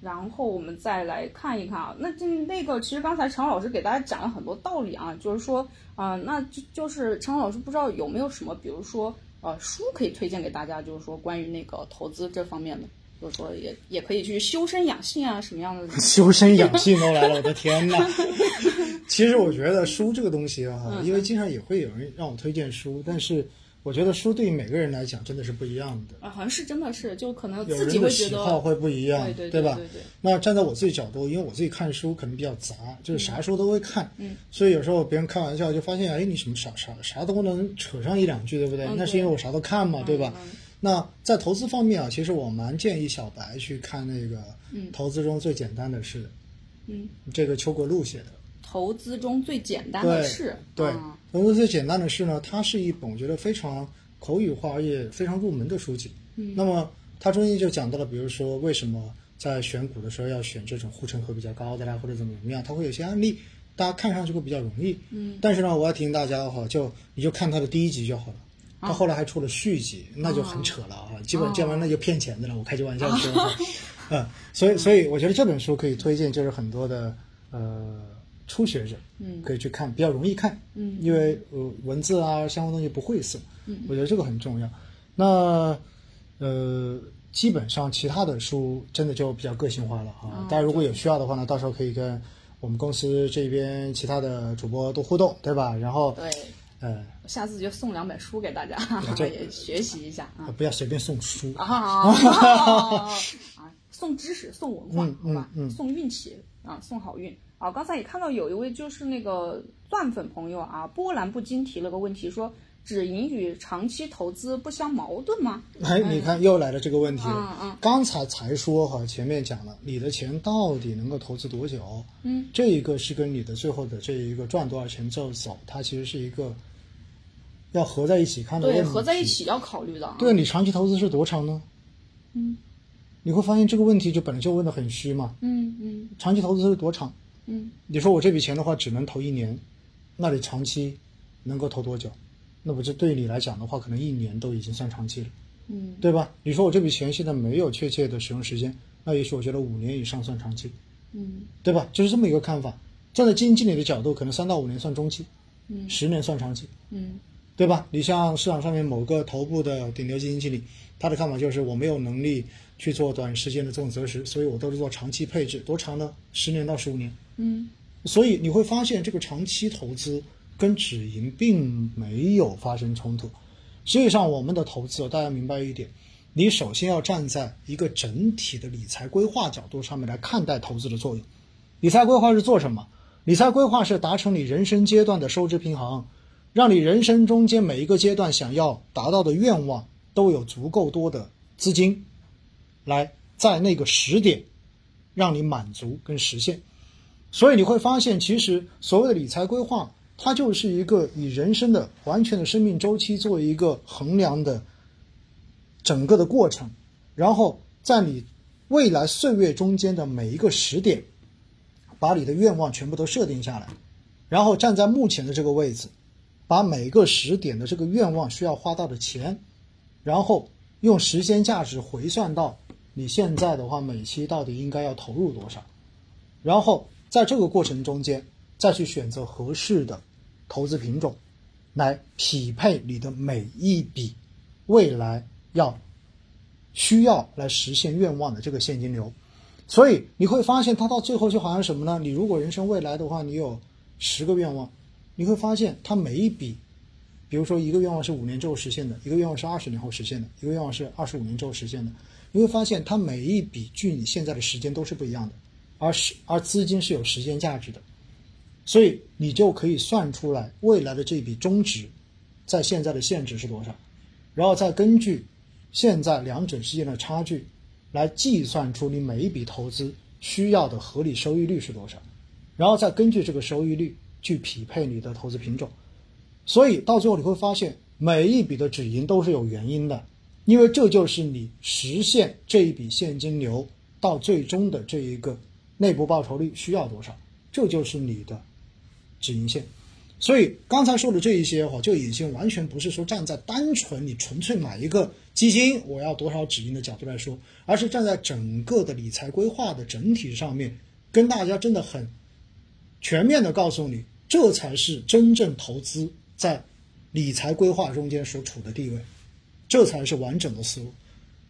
Speaker 1: 然后我们再来看一看啊，那这那个其实刚才常老师给大家讲了很多道理啊，就是说啊、那就就是常老师不知道有没有什么，比如说呃书可以推荐给大家，就是说关于那个投资这方面的，就是说也也可以去修身养性啊什么样的。
Speaker 2: 修身养性都来了，我的
Speaker 1: (laughs)
Speaker 2: 天呐！其实我觉得书这个东西啊，
Speaker 1: 嗯
Speaker 2: 因为经常也会有人让我推荐书，但是我觉得书对于每个人来讲真的是不一样的，
Speaker 1: 啊，好像是真的是，就可能
Speaker 2: 有
Speaker 1: 自己
Speaker 2: 人
Speaker 1: 会
Speaker 2: 的
Speaker 1: 觉
Speaker 2: 喜
Speaker 1: 得，
Speaker 2: 好会不一样，
Speaker 1: 对对
Speaker 2: 吧？
Speaker 1: 对对，
Speaker 2: 那站在我自己角度，因为我自己看书可能比较杂，就是啥书都会看，嗯，所以有时候别人开玩笑就发现，哎，你什么啥啥啥都能扯上一两句，对不对？
Speaker 1: 嗯
Speaker 2: 那是
Speaker 1: 对嗯
Speaker 2: 因为我啥都看嘛，啊对吧？那在投资方面啊，其实我蛮建议小白去看那个《投资中最简单的事》，
Speaker 1: 嗯，
Speaker 2: 这个邱国禄写的。
Speaker 1: 投资中最简单的
Speaker 2: 对
Speaker 1: 事，
Speaker 2: 对，
Speaker 1: 啊
Speaker 2: 投资最简单的事呢，它是一本我觉得非常口语化也非常入门的书籍。嗯，那么它中间就讲到了，比如说为什么在选股的时候要选这种护城河比较高的啦，或者怎么怎么样，它会有些案例，大家看上去会比较容易。嗯，但是呢，我要提醒大家的话，就你就看它的第一集就好了。他后来还出了续集，那就很扯了啊！基本这玩意儿那就骗钱的了，我开句玩笑说的。 (laughs) 嗯，所以所以我觉得这本书可以推荐，就是很多的呃初学者，嗯，可以去看，比较容易看，嗯，因为呃文字啊相关东西不晦涩，嗯，我觉得这个很重要。那呃基本上其他的书真的就比较个性化了啊。大家如果有需要的话呢，到时候可以跟我们公司这边其他的主播多互动，对吧？然后
Speaker 1: 对。
Speaker 2: 呃，
Speaker 1: 下次就送两本书给大家，也学习一下啊！
Speaker 2: 不要随便送书
Speaker 1: 啊！
Speaker 2: (laughs)
Speaker 1: 啊，送知识，送文化，
Speaker 2: 嗯
Speaker 1: 好吧？送运气啊，送好运啊！刚才也看到有一位就是那个钻粉朋友啊，波澜不惊提了个问题，说止盈与长期投资不相矛盾吗？
Speaker 2: 哎，你看又来了这个问题
Speaker 1: 了。嗯
Speaker 2: 刚才才说哈，前面讲了，你的钱到底能够投资多久？
Speaker 1: 嗯，
Speaker 2: 这一个是跟你的最后的这一个赚多少钱之后走，它其实是一个。要合在一起看的问
Speaker 1: 题，对，合在一起要考虑的、啊。
Speaker 2: 对你长期投资是多长呢？
Speaker 1: 嗯，
Speaker 2: 你会发现这个问题就本来就问的很虚嘛。
Speaker 1: 嗯嗯。
Speaker 2: 长期投资是多长？
Speaker 1: 嗯。
Speaker 2: 你说我这笔钱的话只能投一年，那你长期能够投多久？那不就对你来讲的话，可能一年都已经算长期了，
Speaker 1: 嗯，
Speaker 2: 对吧？你说我这笔钱现在没有确切的使用时间，那也许我觉得五年以上算长期，
Speaker 1: 嗯，
Speaker 2: 对吧？就是这么一个看法。站在基金经理的角度，可能三到五年算中期，
Speaker 1: 嗯，
Speaker 2: 十年算长期，
Speaker 1: 嗯。
Speaker 2: 对吧？你像市场上面某个头部的顶流基金经理，他的看法就是我没有能力去做短时间的这种择时，所以我都是做长期配置，多长呢？十年到十五年。
Speaker 1: 嗯，
Speaker 2: 所以你会发现这个长期投资跟止盈并没有发生冲突。实际上，我们的投资，大家明白一点，你首先要站在一个整体的理财规划角度上面来看待投资的作用。理财规划是做什么？理财规划是达成你人生阶段的收支平衡。让你人生中间每一个阶段想要达到的愿望，都有足够多的资金，来在那个时点，让你满足跟实现。所以你会发现，其实所谓的理财规划，它就是一个以人生的完全的生命周期作为一个衡量的整个的过程，然后在你未来岁月中间的每一个时点，把你的愿望全部都设定下来，然后站在目前的这个位置。把每个时点的这个愿望需要花到的钱，然后用时间价值回算到你现在的话，每期到底应该要投入多少，然后在这个过程中间再去选择合适的投资品种，来匹配你的每一笔未来要需要来实现愿望的这个现金流。所以你会发现，它到最后就好像什么呢？你如果人生未来的话，你有十个愿望。你会发现，它每一笔，比如说一个愿望是五年之后实现的，一个愿望是二十年后实现的，一个愿望是二十五年之后实现的。你会发现，它每一笔距你现在的时间都是不一样的，而是而资金是有时间价值的，所以你就可以算出来未来的这笔中值，在现在的现值是多少，然后再根据现在两者之间的差距，来计算出你每一笔投资需要的合理收益率是多少，然后再根据这个收益率。去匹配你的投资品种，所以到最后你会发现，每一笔的止盈都是有原因的，因为这就是你实现这一笔现金流到最终的这一个内部报酬率需要多少，这就是你的止盈线。所以刚才说的这一些哈，就已经完全不是说站在单纯你纯粹买一个基金我要多少止盈的角度来说，而是站在整个的理财规划的整体上面，跟大家真的很全面的告诉你。这才是真正投资在理财规划中间所处的地位，这才是完整的思路。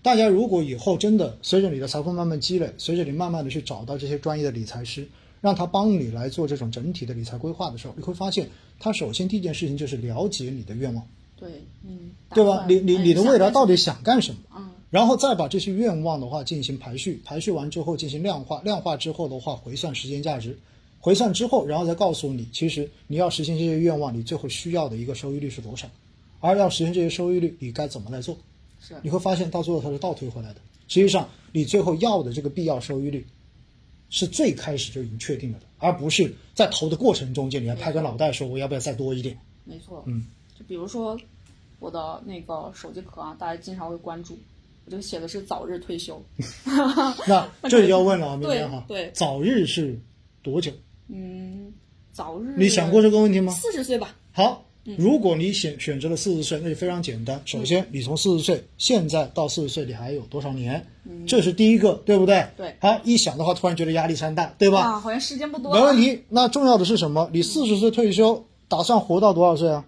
Speaker 2: 大家如果以后真的随着你的财富慢慢积累，随着你慢慢的去找到这些专业的理财师，让他帮你来做这种整体的理财规划的时候，你会发现，他首先第一件事情就是了解你的愿望。
Speaker 1: 对，嗯，
Speaker 2: 对吧？你你你的未来到底哎想干什么？
Speaker 1: 嗯，
Speaker 2: 然后再把这些愿望的话进行排序，排序完之后进行量化，量化之后的话回算时间价值。回算之后，然后再告诉你，其实你要实现这些愿望，你最后需要的一个收益率是多少，而要实现这些收益率，你该怎么来做？
Speaker 1: 是，
Speaker 2: 你会发现到最后它是倒推回来的。实际上，你最后要的这个必要收益率，是最开始就已经确定了的，而不是在投的过程中间你还拍个脑袋说我要不要再多
Speaker 1: (laughs)
Speaker 2: 一点。
Speaker 1: 没错，
Speaker 2: 嗯，
Speaker 1: 就比如说我的那个手机壳啊，大家经常会关注，我就写的是早日退休。
Speaker 2: 那这里要问了啊，明
Speaker 1: 对
Speaker 2: 天哈，
Speaker 1: 对，
Speaker 2: 早日是多久？
Speaker 1: 嗯，早日
Speaker 2: 你想过这个问题吗？
Speaker 1: 四十岁吧？
Speaker 2: 好，
Speaker 1: 嗯
Speaker 2: 如果你选选择了四十岁，那就非常简单。首先，你从四十岁现在到四十岁，你还有多少年？这是第一个，对不对？
Speaker 1: 嗯对
Speaker 2: 好，一想的话，突然觉得压力山大，对吧？
Speaker 1: 啊，好像时间不多
Speaker 2: 没
Speaker 1: 了
Speaker 2: 问。题。那重要的是什么？你四十岁退休，打算活到多少岁啊？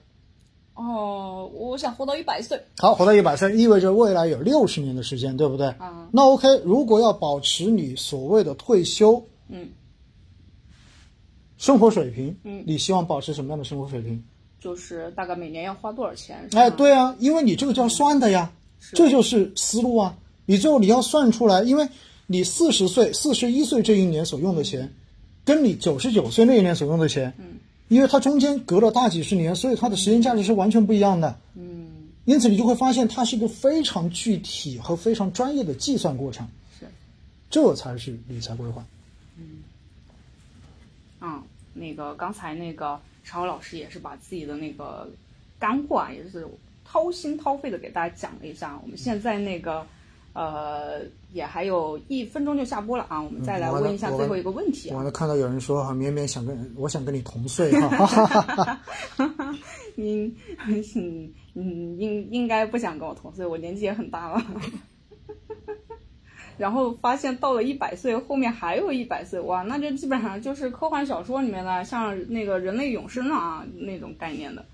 Speaker 1: 哦，我想活到一百岁。
Speaker 2: 好，活到一百岁，意味着未来有六十年的时间，对不对？
Speaker 1: 啊
Speaker 2: 那 OK，如果要保持你所谓的退休
Speaker 1: 嗯，
Speaker 2: 生活水平，
Speaker 1: 嗯
Speaker 2: 你希望保持什么样的生活水平？
Speaker 1: 就是大概每年要花多少钱？是
Speaker 2: 哎，
Speaker 1: 吗，
Speaker 2: 对啊，因为你这个就要算的呀，这就是思路啊。你最后你要算出来，因为你四十岁、四十一岁这一年所用的钱，跟你九十九岁那一年所用的钱，嗯，因为它中间隔了大几十年，所以它的时间价值是完全不一样的。
Speaker 1: 嗯，
Speaker 2: 因此你就会发现，它是一个非常具体和非常专业的计算过程，
Speaker 1: 是
Speaker 2: 这才是理财规划。
Speaker 1: 啊、那个刚才那个常伟老师也是把自己的那个干货啊，也是掏心掏肺的给大家讲了一下。我们现在那个呃，也还有一分钟就下播了啊，我们再来
Speaker 2: 嗯我
Speaker 1: 问
Speaker 2: 们
Speaker 1: 一下
Speaker 2: 我
Speaker 1: 最
Speaker 2: 们
Speaker 1: 后一个问题啊
Speaker 2: 我。呢看到有人说哈，绵绵想跟我想跟你同岁 (laughs) 哈，
Speaker 1: 你 (laughs) 嗯嗯，应应该不想跟我同岁，我年纪也很大了。 (laughs) 然后发现到了一百岁，后面还有一百岁，哇，那这基本上就是科幻小说里面的，像那个人类永生啊那种概念的。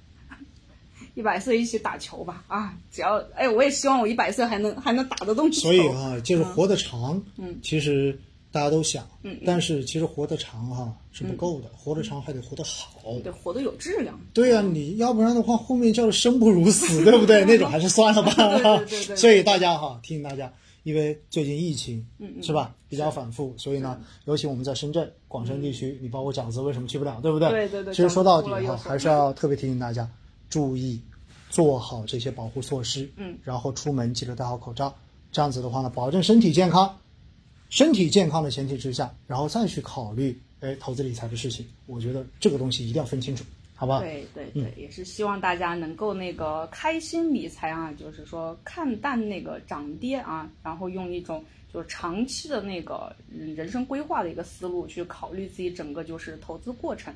Speaker 1: 一百岁一起打球吧，啊，只要哎，我也希望我一百岁还能还能打得动球。
Speaker 2: 所以啊哈、就是活得长，
Speaker 1: 嗯，
Speaker 2: 其实大家都想，
Speaker 1: 嗯嗯
Speaker 2: 但是其实活得长哈、是不够的，活得长还得活得好。
Speaker 1: 对，活得有质量。
Speaker 2: 对呀、你要不然的话，后面叫生不
Speaker 1: (laughs)
Speaker 2: 如死，对不对？那种还是算了吧。
Speaker 1: 对对对对
Speaker 2: (laughs) 所以大家哈，提醒大家，因为最近疫情，
Speaker 1: 嗯嗯
Speaker 2: 是吧，比较反复，所以呢，尤其我们在深圳、广深地区，你包括饺子，为什么去不了，对不对？
Speaker 1: 嗯对对对
Speaker 2: 其实说到底
Speaker 1: 饺子哭了又
Speaker 2: 哈，
Speaker 1: 哭
Speaker 2: 还是要特别提醒大家注意，做好这些保护措施。
Speaker 1: 嗯，
Speaker 2: 然后出门记得戴好口罩，这样子的话呢，保证身体健康。身体健康的前提之下，然后再去考虑哎投资理财的事情，我觉得这个东西一定要分清楚，好吧？
Speaker 1: 对对对，也是希望大家能够那个开心理财啊，就是说看淡那个涨跌啊，然后用一种就是长期的那个嗯人生规划的一个思路去考虑自己整个就是投资过程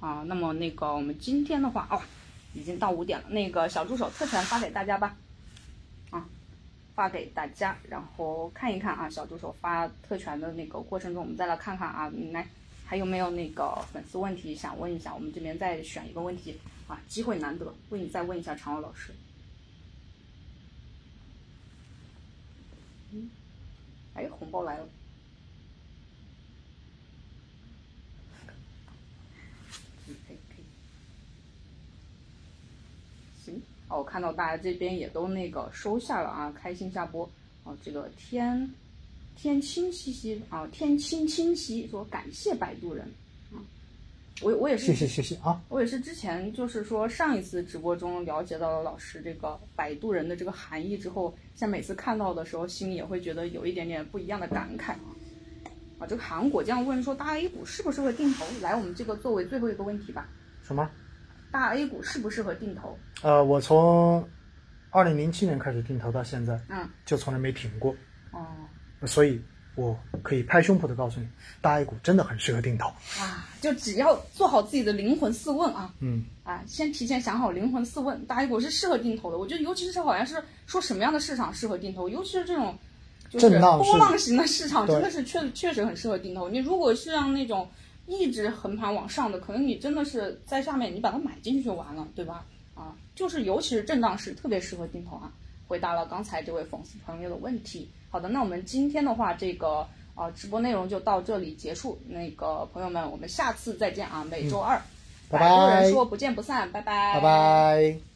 Speaker 1: 啊。那么那个我们今天的话，哦，已经到五点了，那个小助手特权发给大家吧，啊，发给大家，然后看一看啊，小助手发特权的那个过程中，我们再来看看啊，嗯来。还有没有那个粉丝问题想问一下？我们这边再选一个问题啊，机会难得，问你再问一下常伟老师。嗯，哎，红包来了。嗯可以可以行，哦，我看到大家这边也都那个收下了啊，开心下播哦。这个天天清兮兮啊，天清清兮说感谢摆渡人啊，我我也是
Speaker 2: 谢谢谢谢啊！
Speaker 1: 我也是之前就是说上一次直播中了解到了老师这个摆渡人的这个含义之后，像每次看到的时候，心里也会觉得有一点点不一样的感慨啊。啊，这个韩果这样问说大 A 股适不适合定投？来，我们这个作为最后一个问题吧，
Speaker 2: 什么？
Speaker 1: 大 A 股适不适合定投？
Speaker 2: 呃，我从二零零七年开始定投到现在，
Speaker 1: 嗯，
Speaker 2: 就从来没停过，
Speaker 1: 哦，
Speaker 2: 所以我可以拍胸脯的告诉你，大 A 股真的很适合定投。
Speaker 1: 啊，就只要做好自己的灵魂四问啊，
Speaker 2: 嗯，
Speaker 1: 啊，先提前想好灵魂四问，大 A 股是适合定投的。我觉得，尤其是好像是说什么样的市场适合定投，尤其是这种就是
Speaker 2: 震荡市
Speaker 1: 波浪型的市场，
Speaker 2: 对
Speaker 1: 真的是确确实很适合定投。你如果是让那种一直横盘往上的，可能你真的是在下面你把它买进去就完了，对吧？啊，就是尤其是震荡市特别适合定投啊。回答了刚才这位粉丝朋友的问题。好的，那我们今天的话，这个呃直播内容就到这里结束。那个朋友们，我们下次再见啊，每周二。
Speaker 2: 拜
Speaker 1: 摆渡
Speaker 2: 拜
Speaker 1: 人说不见不散，拜拜，
Speaker 2: 拜。拜。